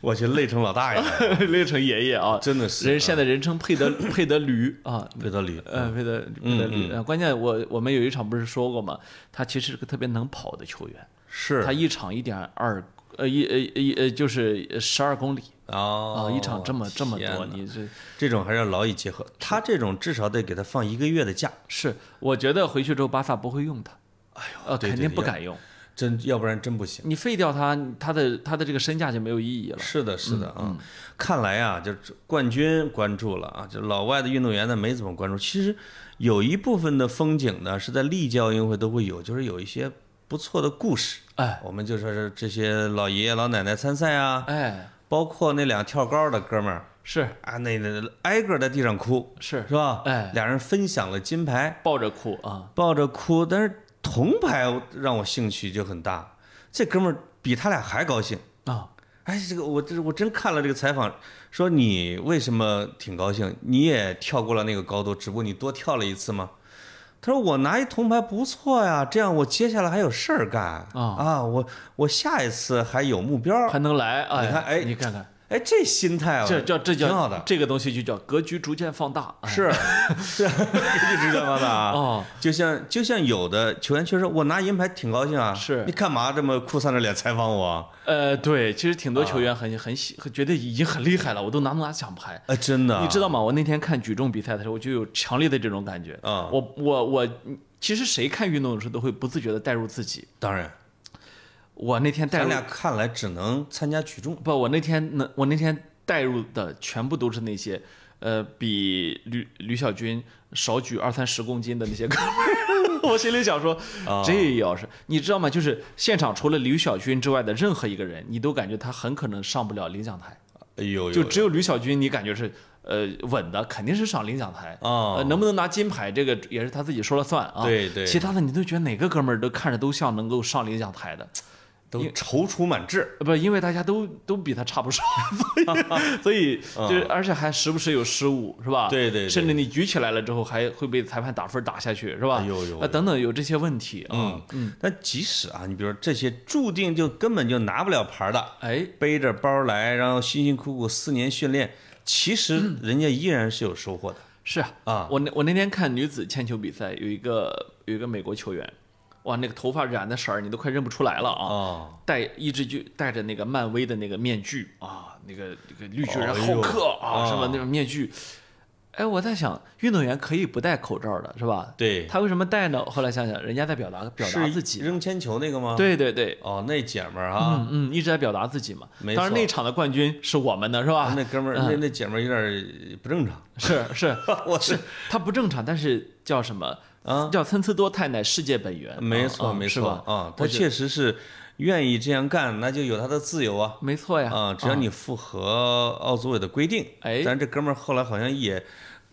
我去，累成老大爷了，累成爷爷啊。真的是嗯人现在人称佩德佩德驴啊，贝德里。呃，佩德佩德驴。呃关键我我们有一场不是说过吗？他其实是个特别能跑的球员，是他一场一点二呃一呃一呃就是十二公里啊、哦，一场这么这么天多，哪你这这种还是要劳逸结合。他这种至少得给他放一个月的假，是我觉得回去之后巴萨不会用他，哎呦，呃，对对肯定不要敢用。真要不然真不行。你废掉他，他的他的这个身价就没有意义了。嗯是的，是的啊，看来啊，就是冠军关注了啊，就老外的运动员呢没怎么关注。其实有一部分的风景呢是在历届奥运会都会有，就是有一些不错的故事。哎我们就说是这些老爷爷老奶奶参赛啊，哎，包括那俩跳高的哥们儿是啊，那那挨个在地上哭，是，是吧？哎俩人分享了金牌，抱着哭啊，抱着哭，但是铜牌让我兴趣就很大。这哥们儿比他俩还高兴。啊，哎，这个我这我真看了这个采访，说你为什么挺高兴？你也跳过了那个高度，只不过你多跳了一次吗？他说我拿一铜牌不错呀，这样我接下来还有事儿干啊、啊我我下一次还有目标。还能来，哎，啊你看哎你看看，哎，这心态啊，这叫这叫挺好的，这个东西就叫格局逐渐放大，哎是 是，啊一直这么的啊。哦，就像就像有的球员确实，我拿银牌挺高兴啊，是你干嘛这么哭丧着脸采访我啊？呃，对，其实挺多球员很很喜，很觉得已经很厉害了，我都拿不拿奖牌。哎，真的啊，你知道吗？我那天看举重比赛的时候，我就有强烈的这种感觉。啊我我我，其实谁看运动的时候都会不自觉的带入自己。当然，我那天带咱入俩看来只能参加举重。不，我那天那我那天带入的全部都是那些，呃，比吕吕小军少举二三十公斤的那些哥们 儿。我心里想说，啊这要是你知道吗？就是现场除了吕小军之外的任何一个人，你都感觉他很可能上不了领奖台。哎呦，就呦只呃有吕小军，你感觉是呃稳的，肯定是上领奖台。啊呃，能不能拿金牌，这个也是他自己说了算啊。对对其他的你都觉得哪个哥们儿都看着都像能够上领奖台的。都踌躇满志，呃不，因为大家都都比他差不少， 所 以所以就是，而且还时不时有失误，是吧？嗯对对对甚至你举起来了之后，还会被裁判打分打下去，是吧？哎呦呦啊，等等，有这些问题啊。嗯嗯。但即使啊，你比如说这些注定就根本就拿不了牌的，哎，背着包来，然后辛辛苦苦四年训练，其实人家依然是有收获的。是啊，啊我那我那天看女子铅球比赛，有一个有一个美国球员，哇，那个头发染的色儿你都快认不出来了啊！哦，戴一直就戴着那个漫威的那个面具啊，那个那个绿巨人哎浩呦克啊，啊什么那种面具。哎，我在想，运动员可以不戴口罩的是吧？对，他为什么戴呢？后来想想，人家在表达表达是自己。扔铅球那个吗？，对对对，哦，那姐们儿啊，嗯嗯，一直在表达自己嘛。没当然错那场的冠军是我们的是吧？啊那哥们儿，那那姐们儿有点儿不正常。是是， 我是它不正常，但是叫什么？啊叫参差多态乃世界本源。没啊错，啊没是错吧？啊，我他觉确实是愿意这样干，那就有他的自由啊没错呀。啊，只要你符合奥组委的规定。哎但这哥们儿后来好像也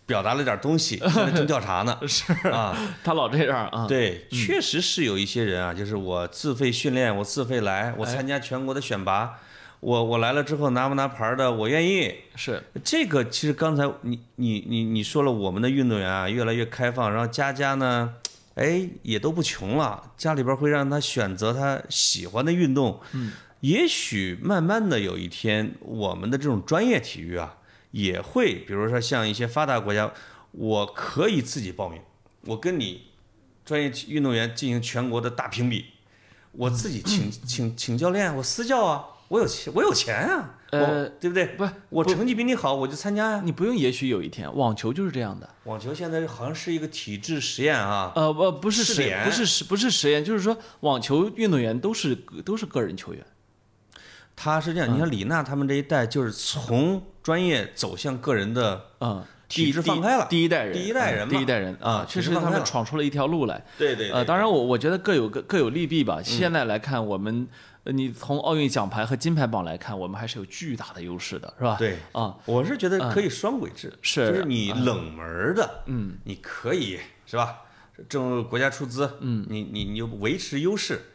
表达了点东西，现在正调 查呢。是啊，他老这样啊。对，确实是有一些人啊，就是我自费训练，我自费来，哎我参加全国的选拔，我我来了之后拿不拿牌儿的，我愿意。是这个其实刚才你你你你说了，我们的运动员啊越来越开放，然后家家呢，哎也都不穷了，家里边会让他选择他喜欢的运动。嗯，也许慢慢的有一天，我们的这种专业体育啊，也会比如说像一些发达国家，我可以自己报名，我跟你专业运动员进行全国的大评比，我自己请请请教练，我私教啊，我有钱我有钱啊，呃我对不对？不？我不成绩比你好，我就参加呀、你不用，也许有一天，网球就是这样的。网球现在好像是一个体制实验啊，呃，不，不是试实，点不是实，不是实验，就是说，网球运动员都是都是个人球员。他是这样，你看李娜他们这一代就是从专业走向个人的，嗯，体第制放开了第一代人，第一代人嗯嘛第一代人啊啊，确体制实放他开们了闯出了一条路来。对对嗯呃，当然我我觉得各有各各有利弊吧。现在来看，我们呃你从奥运奖牌和金牌榜来看，我们还是有巨大的优势的，是吧？对啊，我是觉得可以双轨制，是就是你冷门儿的，嗯，你可以是吧？政国家出资，嗯，你你你就维持优势，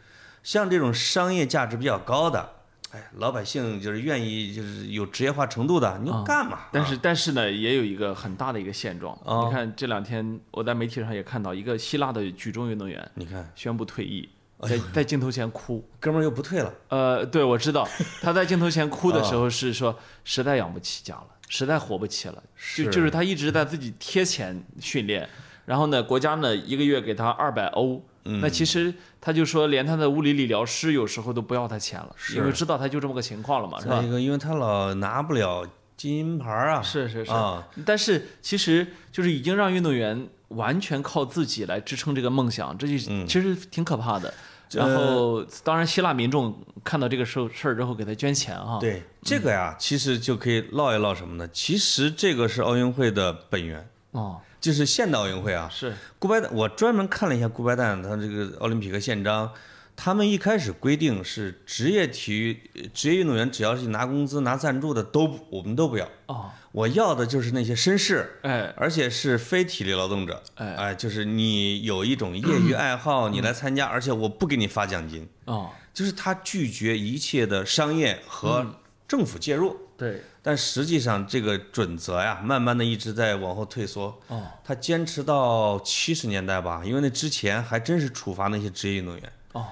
像这种商业价值比较高的。哎，老百姓就是愿意，就是有职业化程度的，你就干嘛？但是但是呢，也有一个很大的一个现状。哦你看这两天我在媒体上也看到一个希腊的举重运动员你看，宣布退役，哎在在镜头前哭。哥们儿又不退了，呃，对，我知道他在镜头前哭 啊的时候是说实在养不起家了，实在活不起了，就是就是他一直在自己贴钱训练，然后呢，国家呢一个月给他二百欧。嗯那其实他就说，连他的物理理疗师有时候都不要他钱了，因为知道他就这么个情况了嘛，是吧再？一个，因为他老拿不了金银牌儿啊，是是是啊，但是其实就是已经让运动员完全靠自己来支撑这个梦想，这就嗯其实挺可怕的。然后，当然，希腊民众看到这个事儿事儿之后，给他捐钱啊。，对这个呀，其实就可以唠一唠什么呢？其实这个是奥运会的本源，哦，就是现代奥运会啊。是，顾拜旦，我专门看了一下顾拜旦他这个奥林匹克宪章，他们一开始规定是职业体育、呃职业运动员，只要是拿工资、拿赞助的都不我们都不要，哦，我要的就是那些绅士，哎，而且是非体力劳动者，哎就是你有一种业余爱好，你来参加，而且我不给你发奖金，哦，就是他拒绝一切的商业和政府介入。对，但实际上，这个准则呀，慢慢的一直在往后退缩。哦，他坚持到七十年代吧，因为那之前还真是处罚那些职业运动员。哦，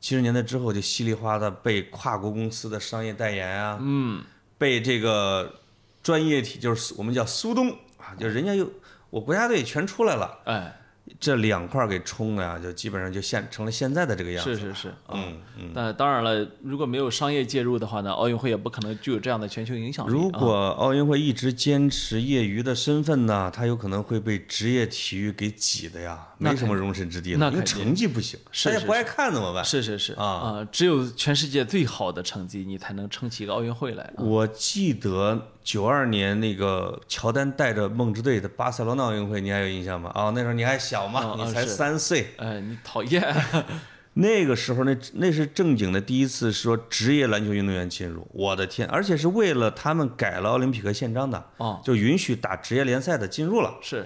七十年代之后就稀里哗啦被跨国公司的商业代言啊，嗯，被这个专业体就是我们叫苏东啊，就人家又我国家队全出来了，哎，这两块儿给冲的呀，就基本上就现成了现在的这个样哎是子。是是。嗯嗯。那当然了，如果没有商业介入的话呢，奥运会也不可能具有这样的全球影响力。啊如果奥运会一直坚持业余的身份呢，他有可能会被职业体育给挤的呀，那没什么容身之地那了，因为肯定成绩不行，是大家是不爱看怎么办？是是是啊啊，只有全世界最好的成绩，你才能撑起一个奥运会来。我记得九二年那个乔丹带着梦之队的巴塞罗那奥运会，你还有印象吗？啊、那时候你还小嘛，嗯嗯你才是三岁。哎，你讨厌 那个时候那那是正经的第一次说职业篮球运动员进入，我的天！而且是为了他们改了奥林匹克宪章的，哦，就允许打职业联赛的进入了。是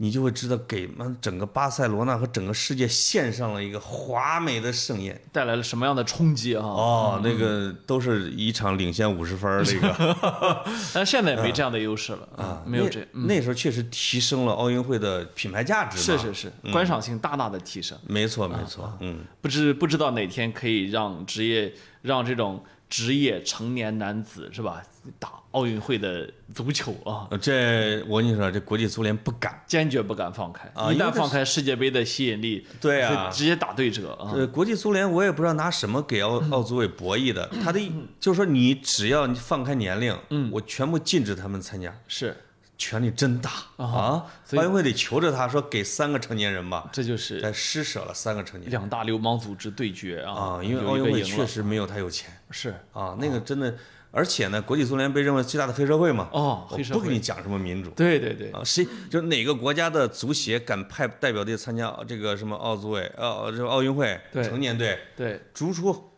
你就会知道给妈整个巴塞罗那和整个世界献上了一个华美的盛宴。带来了什么样的冲击啊？哦，那个都是一场领先五十分儿那个但现在也嗯没这样的优势了啊， 没有这，那那时候确实提升了奥运会的品牌价值嘛。是啊是是，嗯观赏性大大的提升。没错没错，嗯，不知不知道哪天可以让职业让这种职业成年男子是吧？打奥运会的足球啊，呃这我跟你说，这国际足联不敢。坚决不敢放开。啊一因为旦这放开，世界杯的吸引力对啊会直接打对折啊。呃，国际足联我也不知道拿什么给嗯奥奥组委博 弈的，他的就是说你只要你放开年龄，嗯，我全部禁止他们参加，是，权力真大啊！所以奥运会得求着他说给三个成年人吧，这就是才施舍了三个成年人两大流氓组织对决啊啊，，因为有一奥运个会赢确了哦实没有他有钱是啊，那个真的，而且呢，国际足联被认为最大的黑社会嘛，哦，我黑社不跟会，你讲什么民主。对对对，啊，谁就哪个国家的足协敢派代表队参加这个什么奥组委呃这个奥运会对成年队，对，逐出，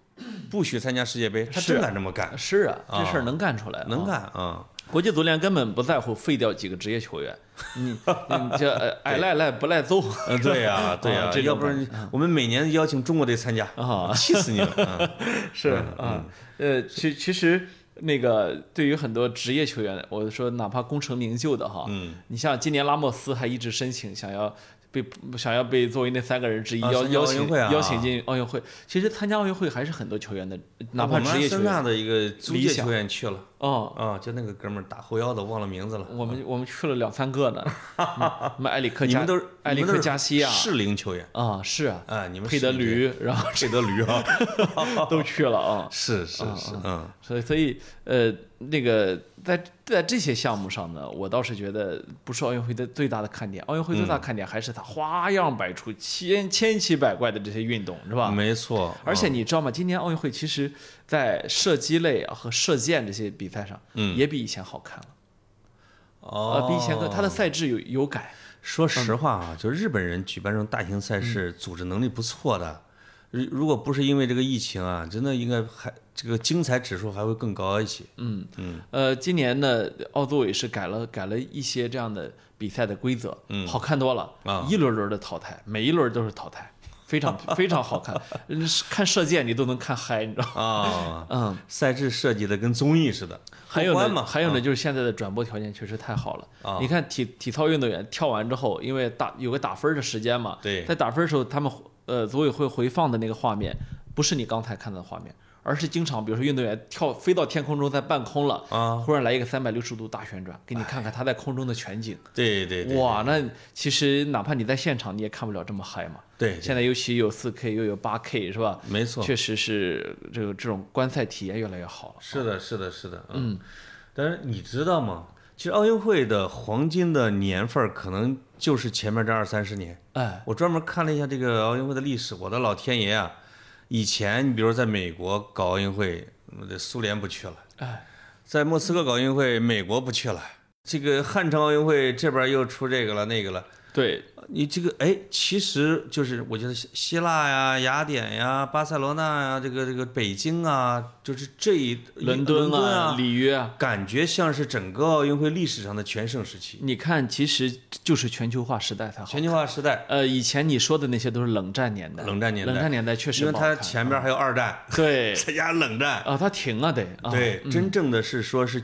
不许参加世界杯，他是真敢这么干，是啊，这事儿能干出来啊，能干啊！国际足联根本不在乎废掉几个职业球员，你你这 呃爱赖赖不赖揍呃，对呀，对呀啊这，种要不然我们每年邀请中国队参加，啊，气死你了！嗯是啊，呃，其其实那个对于很多职业球员，我说哪怕功成名就的哈，嗯，你像今年拉莫斯还一直申请想要。被想要被作为那三个人之一啊邀邀参加奥运请会啊邀请进奥运会，其实参加奥运会还是很多球员的， 哪嗯我怕们职业球阿森员纳的一个租理界想球员去了哦，啊，就那个哥们儿打后腰的，忘了名字了。我们我们去了两三个 呢，嗯什么埃里克嗯你加们都是埃里你们克都加是西亚适龄球员啊，是啊，啊，你们佩德适龄球员，驴，然后 佩德驴啊， 都去了啊。是是是，嗯。所以，所以，呃，那个在在这些项目上呢，我倒是觉得不是奥运会的最大的看点。奥运会最大的嗯看点还是它花样百出，千千奇百怪的这些运动，是吧？嗯没错，而且你知道吗？今年奥运会其实，在射击类啊和射箭这些比赛上，嗯也比以前好看了。哦呃，，比以前更嗯它的赛制有有改。说实话啊，就日本人举办这种大型赛嗯事，组织能力不错的。如如果不是因为这个疫情啊，真的应该还这个精彩指数还会更高一些。呃，今年呢，奥组委是改了改了一些这样的比赛的规则，嗯，好看多了啊一轮轮的淘汰，每一轮都是淘汰，非常非常好看，嗯看射箭你都能看嗨，你知道吗？啊，嗯，赛制设计的跟综艺似的，还有过关呢，嘛，还有呢，就是现在的转播条件确实太好了。啊你看体体操运动员跳完之后，因为打有个打分的时间嘛，对在打分的时候，他们呃组委会回放的那个画面，不是你刚才看到的画面，而是经常比如说运动员跳飞到天空中，在半空了，啊，忽然来一个三百六十度大旋转，给你看看他在空中的全景。对对对，哇，那其实哪怕你在现场，你也看不了这么嗨嘛。对，现在尤其有四 K 又有八 K 是吧？没错，确实是这个这种观赛体验越来越好了。是的，是的，是的，嗯。但是你知道吗？其实奥运会的黄金的年份儿可能就是前面这二三十年。哎，我专门看了一下这个奥运会的历史，我的老天爷啊！以前你比如在美国搞奥运会，嗯苏联不去了；哎，在莫斯科搞奥运会，美国不去了。这个汉城奥运会这边又出这个了那个了，对，你这个哎，其实就是我觉得希希腊呀、雅典呀、巴塞罗那呀、这个这个北京啊，就是这一伦敦敦啊，啊，里约啊，感觉像是整个奥运会历史上的全盛时期，你看，其实就是全球化时代才好全。球化时代，呃，以前你说的那些都是冷战年代，冷战年代冷战年代确实因为不好看它前边还有二战，对再加冷战，啊，它停啊得啊，对，真正的是说是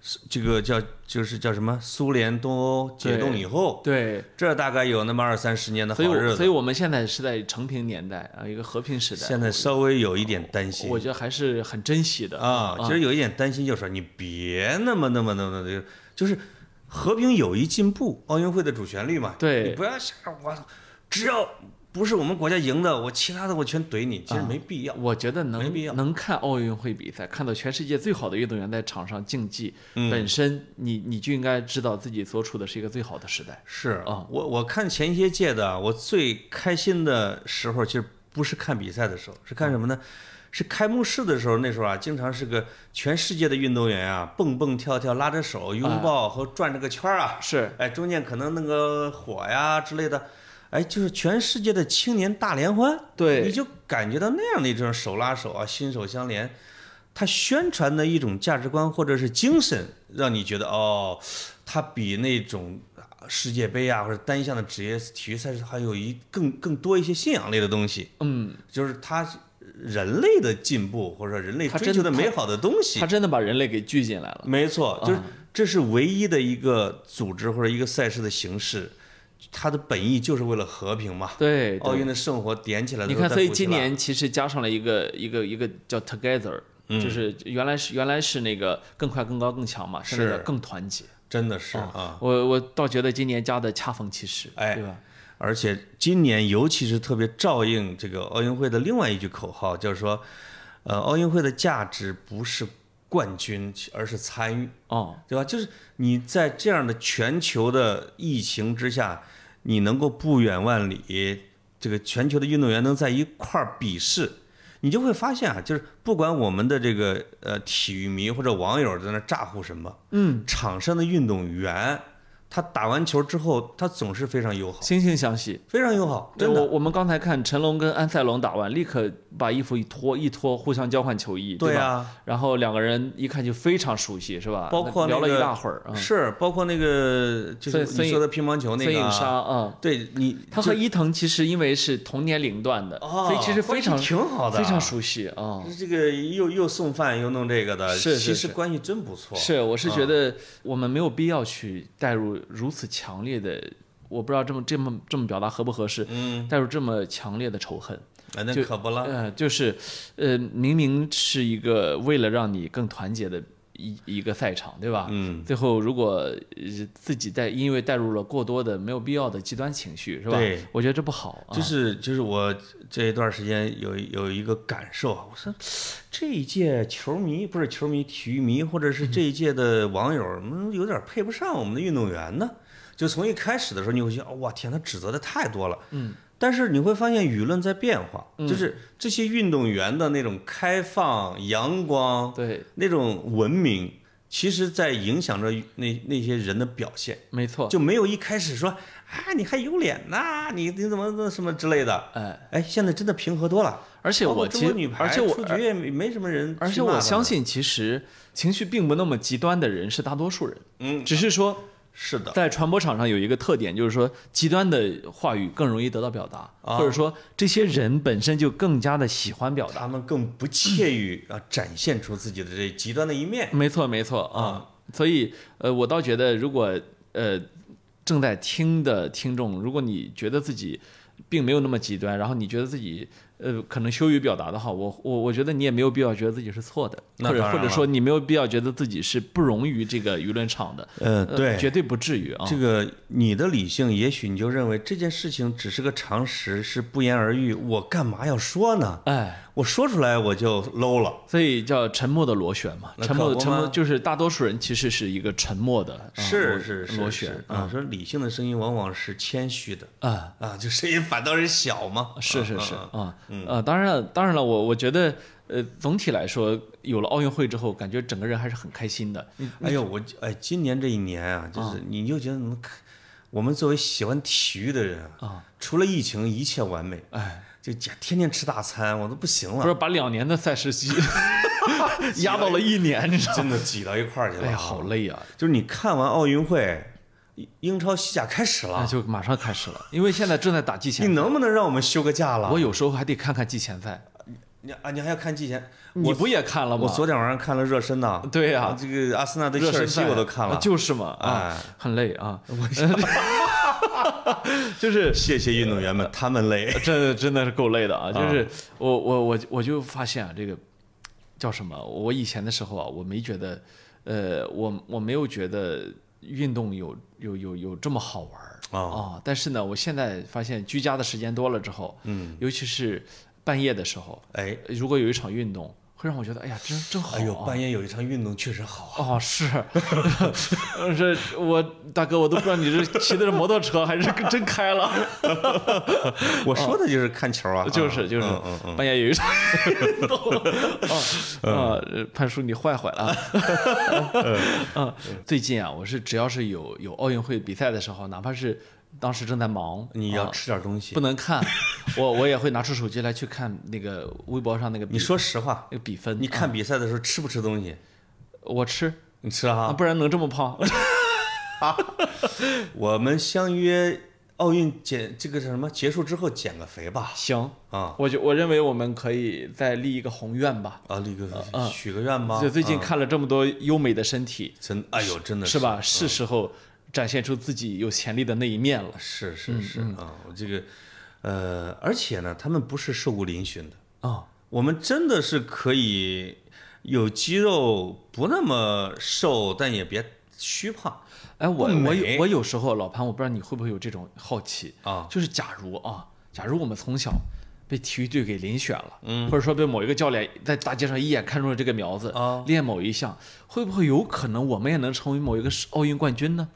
是这个叫就是叫什么苏联东欧解冻以后，对，这大概有那么二三十年的好所以我日所子，以我们现在是在成平年代啊，一个和平时代。现在稍微有一点担心我觉得还是很珍惜的啊，其实有一点担心，就是说你别那么那么那么的，就是和平友谊进步，奥运会的主旋律嘛，对你不要想我操，只要不是我们国家赢的，我其他的我全怼你，啊其实没必要。我觉得能没必要能看奥运会比赛，看到全世界最好的运动员在场上竞技，嗯本身你你就应该知道自己所处的是一个最好的时代。是啊我我看前些届的啊，我最开心的时候，其实不是看比赛的时候，是看什么呢？啊是开幕式的时候，那时候啊，经常是个全世界的运动员啊，蹦蹦跳跳，拉着手，啊拥抱和转着个圈儿啊，是哎，中间可能弄个火呀之类的，哎，就是全世界的青年大联欢，对你就感觉到那样的一种手拉手啊，心手相连，它宣传的一种价值观或者是精神，让你觉得哦，它比那种世界杯啊或者单项的职业体育赛事还有一更更多一些信仰类的东西，嗯，就是它人类的进步或者说人类它追真求的它美好的东西他。真的把人类给聚进来了。嗯没错，就是这是唯一的一个组织或者一个赛事的形式，它的本意就是为了和平嘛。对，对啊哦奥运的圣火点起来的你时候看，在所以古希今腊年其实加上了一个一个一个叫 together，嗯就是原来是原来是那个更快、更高、更强嘛，是那个是更团结。真的哦是啊，我我倒觉得今年加的恰逢其时，哎对吧？而且今年尤其是特别照应这个奥运会的另外一句口号，就是说，呃，奥运会的价值不是冠军，而是参与，哦，对吧？就是你在这样的全球的疫情之下，你能够不远万里，这个全球的运动员能在一块儿比试，你就会发现啊，就是不管我们的这个呃体育迷或者网友在那咋呼什么，嗯，场上的运动员。他打完球之后，他总是非常友好，惺惺相惜。非常友好，真我的。我们刚才看成龙跟安塞龙打完，立刻把衣服一脱一脱，互相交换球衣，对吧？啊，然后两个人一看就非常熟悉，是吧？包括聊了那一个大会儿啊，是包括那个就所以是所以你说的乒乓球那飞个影啊，沙啊。对你他和伊藤其实因为是同年龄段的，哦所以其实非常关系挺好的，非常熟悉啊。这个又又送饭又弄这个的，是是其是实关系真不错。嗯是，我是觉得我们没有必要去带入如此强烈的，我不知道这么这么这么表达合不合适，嗯，带入这么强烈的仇恨。哎那就可不啦，呃，就是，呃，明明是一个为了让你更团结的一一个赛场，对吧？嗯，最后，如果呃自己带因为带入了过多的没有必要的极端情绪，是吧？对我觉得这不好啊。就是就是我这一段时间有有一个感受啊，我说这一届球迷不是球迷，体育迷或者是这一届的网友，嗯，有点配不上我们的运动员呢。就从一开始的时候，你会觉得，哦哇天，他指责的太多了，嗯。但是你会发现舆论在变化，就是这些运动员的那种开放、阳光、对，那种文明，其实在影响着那那些人的表现，没错。就没有一开始说啊，你还有脸呐，你你怎么那什么之类的。哎，哎，现在真的平和多了，而且包括我中其国实女，排而且我出局也没没什么人去骂他们，而且我相信，其实情绪并不那么极端的人是大多数人，嗯，只是说是的，在传播场上有一个特点，就是说极端的话语更容易得到表达，啊或者说这些人本身就更加的喜欢表达。他们更不屑于啊展现出自己的这极端的一面。没错，没错啊。所以，呃，我倒觉得，如果呃正在听的听众，如果你觉得自己并没有那么极端，然后你觉得自己呃可能羞于表达的话，我我我觉得你也没有必要觉得自己是错的，那或者当然或者了说你没有必要觉得自己是不容于这个舆论场的，呃，呃绝对不至于啊。这个你的理性，也许你就认为这件事情只是个常识，是不言而喻，我干嘛要说呢？哎，我说出来我就 low 了。所以叫沉默的螺旋嘛，那沉默可不沉默吗就是大多数人其实是一个沉默的，啊是螺是是螺是旋啊啊！说理性的声音往往是谦虚的啊。啊， 就声音反倒是小嘛。 是是是啊啊啊，呃，当然了，当然了，我我觉得，呃，总体来说，有了奥运会之后，感觉整个人还是很开心的。哎呦，我哎，今年这一年啊，就是你就觉得能看我们作为喜欢体育的人啊，除了疫情一切完美，哎，就家天天吃大餐，我都不行不了，是把两年的赛事 积压到了一年，你知道吗？真的挤到一块儿去了。哎呀，好累啊！就是你看完奥运会，英英超、西甲开始那了，就马上开始了，因为现在正在打季你前赛。能不能让我们休个假了？我有时候还得看看季前赛，你啊，你还要看季前？你不也看了我吗？昨天晚上看了热身呐，对呀这个阿森纳对热切尔身西赛我都看了，就是嘛啊，哎，很累啊，就是谢谢运动员们，他们累。真的真的是够累的啊！就是我我我我就发现啊，这个叫什么？我以前的时候啊，我没觉得，呃，我我没有觉得运动有有有有这么好玩儿啊、哦但是呢，我现在发现居家的时间多了之后，嗯，尤其是半夜的时候，哎，如果有一场运动，会让我觉得，哎呀，真真好、啊！哎呦，半夜有一场运动确实好啊，哦，是， 这我大哥，我都不知道你是骑的是摩托车还是真开了。我说的就是看球啊，就是就是嗯嗯嗯，半夜有一场运动啊 啊！嗯呃潘叔，你坏坏了啊！ 啊，最近啊，我是只要是有有奥运会比赛的时候，哪怕是当时正在忙，你要啊吃点东西不。能看，我我也会拿出手机来去看那个微博上那个比你说实话，那个比分，你看比赛的时候吃不吃东西？我吃你吃啊，啊？不然能这么胖？我们相约奥运减这个叫什么结束之后减个肥吧。行，啊我就我认为我们可以再立一个宏愿吧。啊，立个许个愿吧。就最近看了这么多优美的身体，真哎呦，真的是？嗯吧？是时候展现出自己有潜力的那一面了。是是是啊，我这个呃，而且呢，他们不是瘦骨嶙峋的，啊、我们真的是可以。有肌肉，不那么瘦，但也别虚胖哎，我不美我有我有时候老潘，我不知道你会不会有这种好奇，啊。就是假如啊，假如我们从小被体育队给遴选了，嗯或者说被某一个教练在大街上一眼看中了这个苗子，啊练某一项，会不会有可能我们也能成为某一个世奥运冠军呢？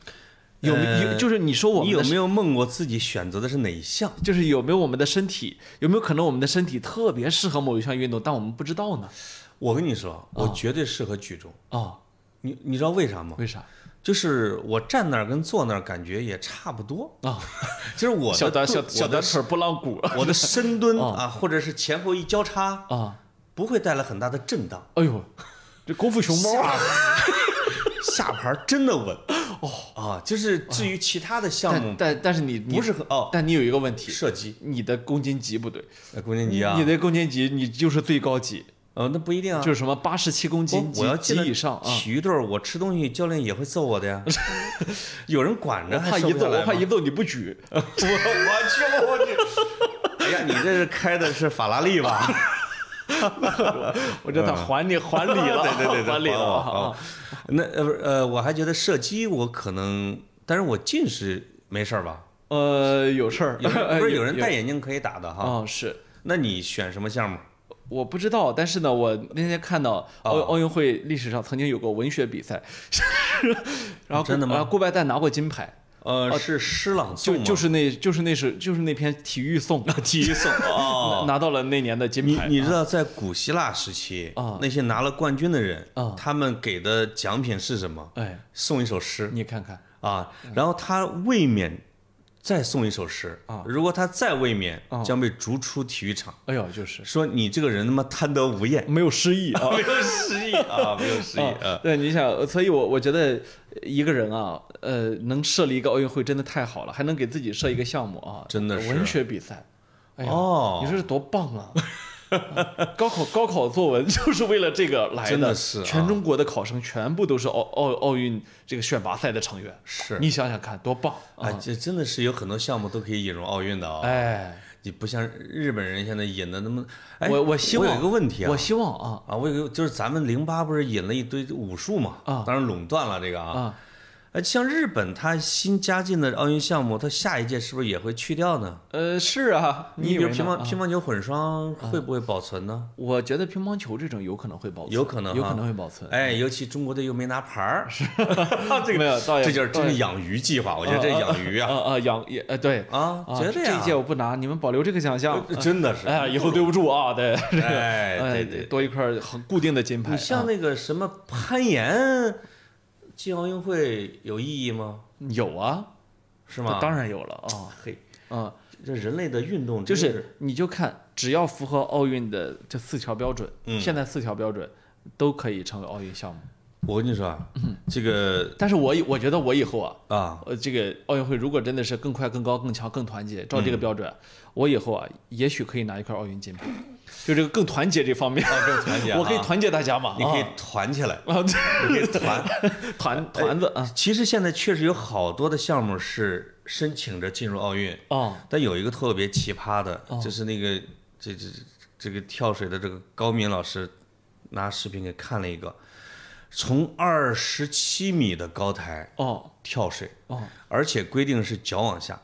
有没有？呃就是你说我你们有的没有梦过自己选择的是哪一项？就是有没有我们的身体，有没有可能我们的身体特别适合某一项运动，但我们不知道呢？我跟你啊说，我绝对适合举重。哦，你你知道为啥吗？为啥？就是我站那儿跟坐那儿感觉也差不多。 啊，其实我的小短肚小我小的短腿儿拨浪鼓我的 深蹲哦啊，或者是前后一交叉，啊！不会带来很大的震荡。哎呦，这功夫熊猫啊！下盘儿真的稳哦啊，就是至于其他的项但目但但是你你不是很哦，但你有一个问题，射击你的公斤级不对，呃，郭晶级啊你，的公斤级你就是最高级，哦呃，那不一定啊，就是什么八十七公我斤及我要及进了以上啊！体育队儿，我吃东西教练也会揍我的 呀，有人管我着，怕还瘦一不下揍，我来怕 吗一揍你不 举，我我去我去，哎呀，你这是开的是法拉利 吧？我真的还你还礼 了，对 对对对，还礼还了我啊啊！！那呃不是呃，我还觉得射击我可能，但是我近视没事儿吧？呃，有事儿，有 人不是有人戴啊眼镜可以打的？哈？哦是那你选什么项目？我不知道，但是呢，我那天看到奥哦奥运会历史上曾经有过文学比赛， 然后哦呃真的吗然后顾拜旦拿过金牌，呃，是诗朗诵就吗？就是那就是那是就是那篇体育颂，啊体育颂 哦。拿到了那年的金你牌。你知道，在古希腊时期啊那些拿了冠军的人啊他们给的奖品是什么？哎，送一首诗你看看，啊，然后他卫冕再送一首诗啊如果他再卫冕啊，将被逐出体育场，哎呦，就是说你这个人他妈贪得无厌， 没有诗 意啊。没有诗意啊，没有诗意啊啊，，对，你想，所以我我觉得一个人啊，呃，能设立一个奥运会真的太好了，还能给自己设一个项目啊，嗯真的是文学比赛，哎呀，哦你说这多棒啊！啊高考高考作文 就是为了这个来真的是啊全中国的考生全部都是奥奥奥运这个选拔赛的成员，是你想想看，多棒啊，啊！这真的是有很多项目都可以引入奥运的啊，哎，你不像日本人现在引的那么，哎我我希望有一个问题啊，我希望啊啊，我有个就是咱们零八不是引了一堆武术嘛，啊当然垄断了这个啊。啊，哎，像日本它新加进的奥运项目，它下一届是不是也会去掉呢？呃，是啊，你以比为如呢乒啊乓乒乓球混双会不会保存呢？我觉得乒乓球这种有可能会保存，有可能有哈可能会保存。哎，尤其中国队又没拿牌儿，这个没有，倒也 这就是真倒的也养鱼计划。我觉得这养鱼啊啊啊养也呃对啊，啊，绝对这一啊届，我不拿，你们保留这个奖项。呃真的是哎，以后对不住啊，对， 哎哎，对对，多一块很固定的金牌。你像啊那个什么攀岩进奥运会有意义吗？有啊，是吗？当然有了啊，嘿，啊，这人类的运动就真是是你就看，只要符合奥运的这四条标准，嗯现在四条标准都可以成为奥运项目。我跟你说啊，这个但是我以我觉得我以后啊，啊，呃，这个奥运会如果真的是更快、更高、更强、更团结，照这个标准，我以后啊，也许可以拿一块奥运金牌，就这个更团结这方面，这个团结啊 我可以，团结大家嘛，你可以团起来，啊，啊你可以 团。对 团团子啊，其实现在确实有好多的项目是申请着进入奥运，哦，但有一个特别奇葩的哦，就是那个这这这个跳水的这个高敏老师拿视频给看了一个，从二十七米的高台哦，跳水，哦，而且规定是脚往下。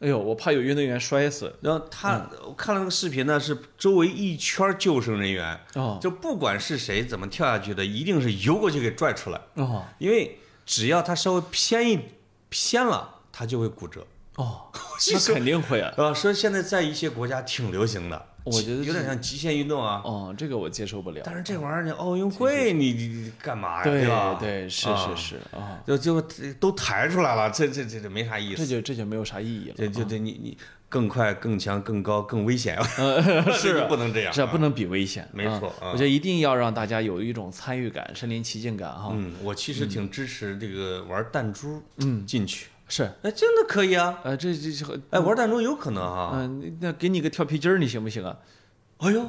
哎呦，我怕有运动员摔死，然后他，我看了那个视频呢，是周围一圈救生人员，哦，就不管是谁怎么跳下去的，一定是游过去给拽出来，哦，因为只要他稍微偏一偏了，他就会骨折。哦，是 那肯定会啊，啊，说现在在一些国家挺流行的，我觉得有点像极限运动啊。哦，这个我接受不了，但是这玩意儿你奥运会你你你干嘛哎呀？对吧？对，是是啊，是啊，就就都抬出来了，这这这这没啥意这思。就这就没有啥意义这了。就对你你更快、更强、更高、更危险，是这就不能这样啊，这不能比危险，没啊错啊我觉得一定要让大家有一种参与感、身临其境感啊哈。嗯，我其实挺支持这个玩弹珠，嗯，进去，是，哎，真的可以啊，呃，这这这哎，玩弹珠有可能啊，嗯，那给你个跳皮筋儿，你行不行啊？哎呦，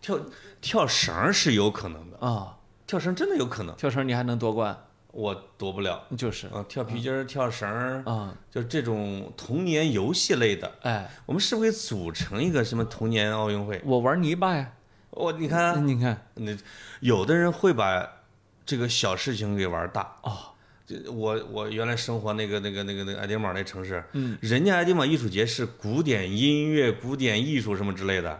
跳跳绳儿是有可能的，啊，跳绳儿真的有可能，跳绳你还能夺冠，我夺不了，就是啊，跳皮筋儿、跳绳儿，啊，就这种童年游戏类的，哎，我们是不是可以组成一个什么童年奥运会？我玩泥巴呀，我你看，你看，那有的人会把这个小事情给玩大哦。这我我原来生活那个那个那个那个爱丁堡那城市，嗯，人家爱丁堡艺术节是古典音乐、古典艺术什么之类的，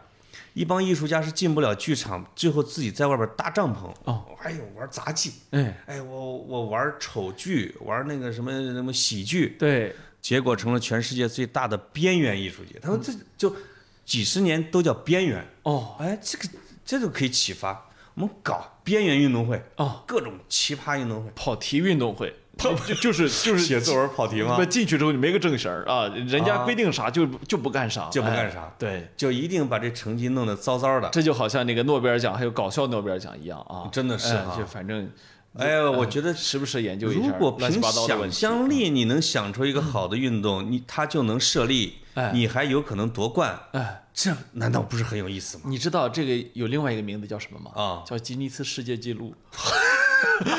一帮艺术家是进不了剧场，最后自己在外边搭帐篷。哦，哎呦，玩杂技，哎，哎，我我玩丑剧，玩那个什么什么喜剧，对，结果成了全世界最大的边缘艺术节。嗯他们这就几十年都叫边缘，哦哎，这个这就可以启发我们搞边缘运动会，哦，各种奇葩运动会。跑题运动会，就就是就是写作文跑题吗不？进去之后你没个正形儿啊，人家啊规定啥就就不干啥，就不干哎啥对，就一定把这成绩弄得糟糟的。这就好像那个诺贝尔奖还有搞笑诺贝尔奖一样啊，真的是啊哎就反正哎呀，我觉得时不时研究一如下果乱七凭八糟的问想题。嗯象力你能想出一个好的运动，你它就能设立哎，你还有可能夺冠，哎，这难道不是很有意思吗？你知道这个有另外一个名字叫什么吗？啊叫吉尼斯世界纪录。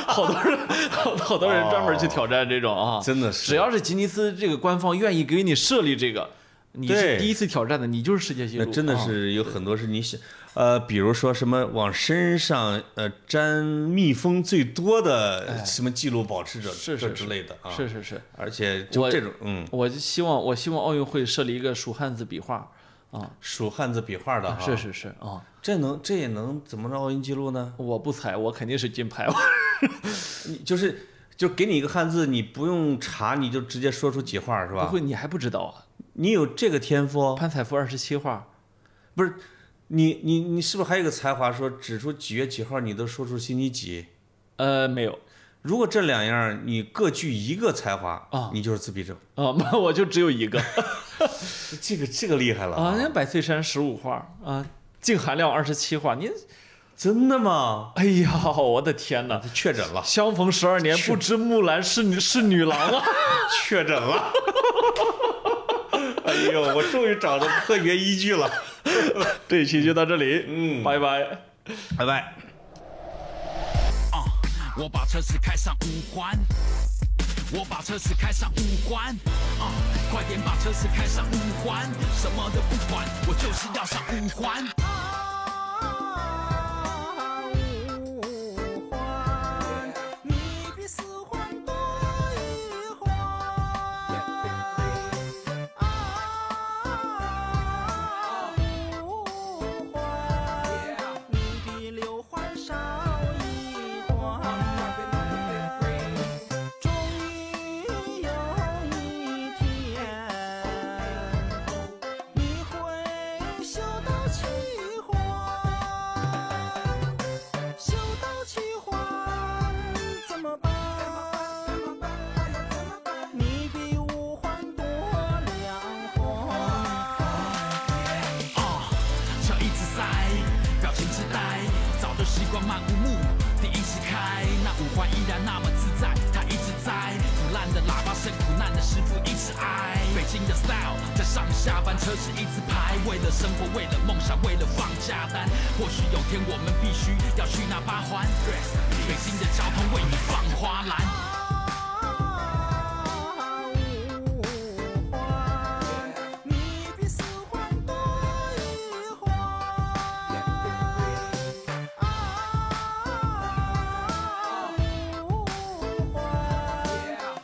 好多人，好好多人专门去挑战这种啊，真的只 是，要是吉尼斯这个官方愿意给你设立这个，你是对第一次挑战的，你就是世界纪那录。真的啊是有很多是你想，呃，比如说什么往身上呃粘蜜蜂最多的什么记录保持者哎是这是之类的啊，是是是，而且就我这种嗯，我就希望我希望奥运会设立一个数汉字笔画啊，数汉字笔画的哈，是是是啊，这能这也能怎么着奥运纪录呢？我不猜，我肯定是金牌。你就是就给你一个汉字，你不用查，你就直接说出几画是不吧？会，你还不知道啊？你有这个天赋，潘采夫二十七画，不是？你你你是不是还有一个才华？说指出几月几号，你都说出星期几？呃，没有如果这两样你各具一个才华啊你就是自闭症。啊， 我就只有一 个这个这个厉害了啊，人家百岁山十五画啊，净含量二十七画，您，真的吗？哎呀，我的天 哪！他确诊了，相逢十二年，不知木兰是女是女郎啊！确诊了。 哎呦，我终于找到科学依据了。 这一期就到这里，嗯，拜拜。拜拜。啊！我把车子开上五环，我把车子开上五环，啊！快点把车子开上五环，什么都不管，我就是要上五环。啊，五环，你比四环多一环。啊，五环，你比六环少一环。终于有一天。你会修到七环，修到七环怎么办？你比五环多两环。啊，车一直塞，表情痴呆，早就习惯漫无目的一直开，那五环依然那么自在，它一直在，腐烂的喇叭声，苦难的师傅一直挨，北京的 style 在上下班车时一直排，为了生活，为了梦想，为了放假单，或许有天我们必须要去那八环，北京的交通为你放花篮。啊，五环，你比四环多一环。啊，五环，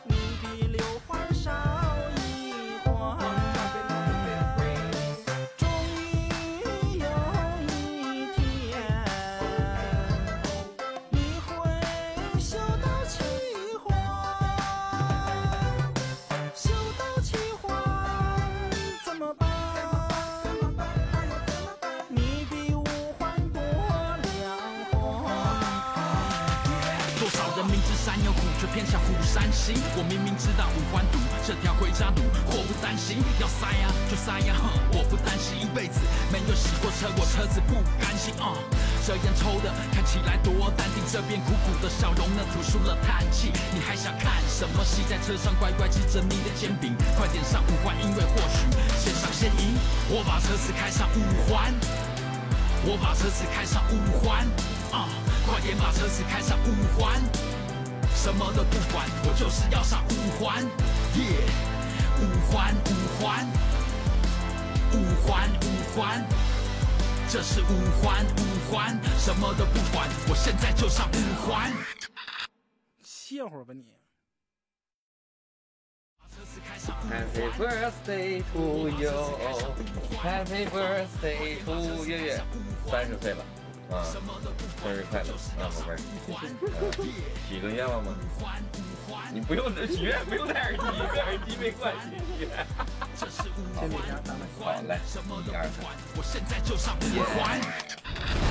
你比六环少一环。终于有一天。你会修到七环，修到七环怎么办？你比五环多两环。多少人明知山有虎，却偏向虎山行。我明明知道五环堵，这条回家路祸不单行。要塞呀、就塞呀、哼，我不担心，一辈子没有洗过车，我车子不甘心啊。这烟抽的看起来多淡定，这边苦苦的笑容呢吐出了叹气。你还想看什么戏？在车上乖乖吃着你的煎饼，快点上五环，因为或许先上先赢。我把车子开上五环。我把车子开上五环，啊，快点把车子开上五环，什么都不管，我就是要上五环，耶、五环五环，五环五环，这是五环，五环，什么都不管，我现在就上五环。歇会儿吧你。 Happy birthday to you, Happy birthday to 月月，三十岁了，啊，生日快乐，啊，宝贝儿，呃许个愿望吗？你不用许愿，不用戴耳机，戴耳机没关系。先给家咱们。好，来，一二三。我现在就上五环。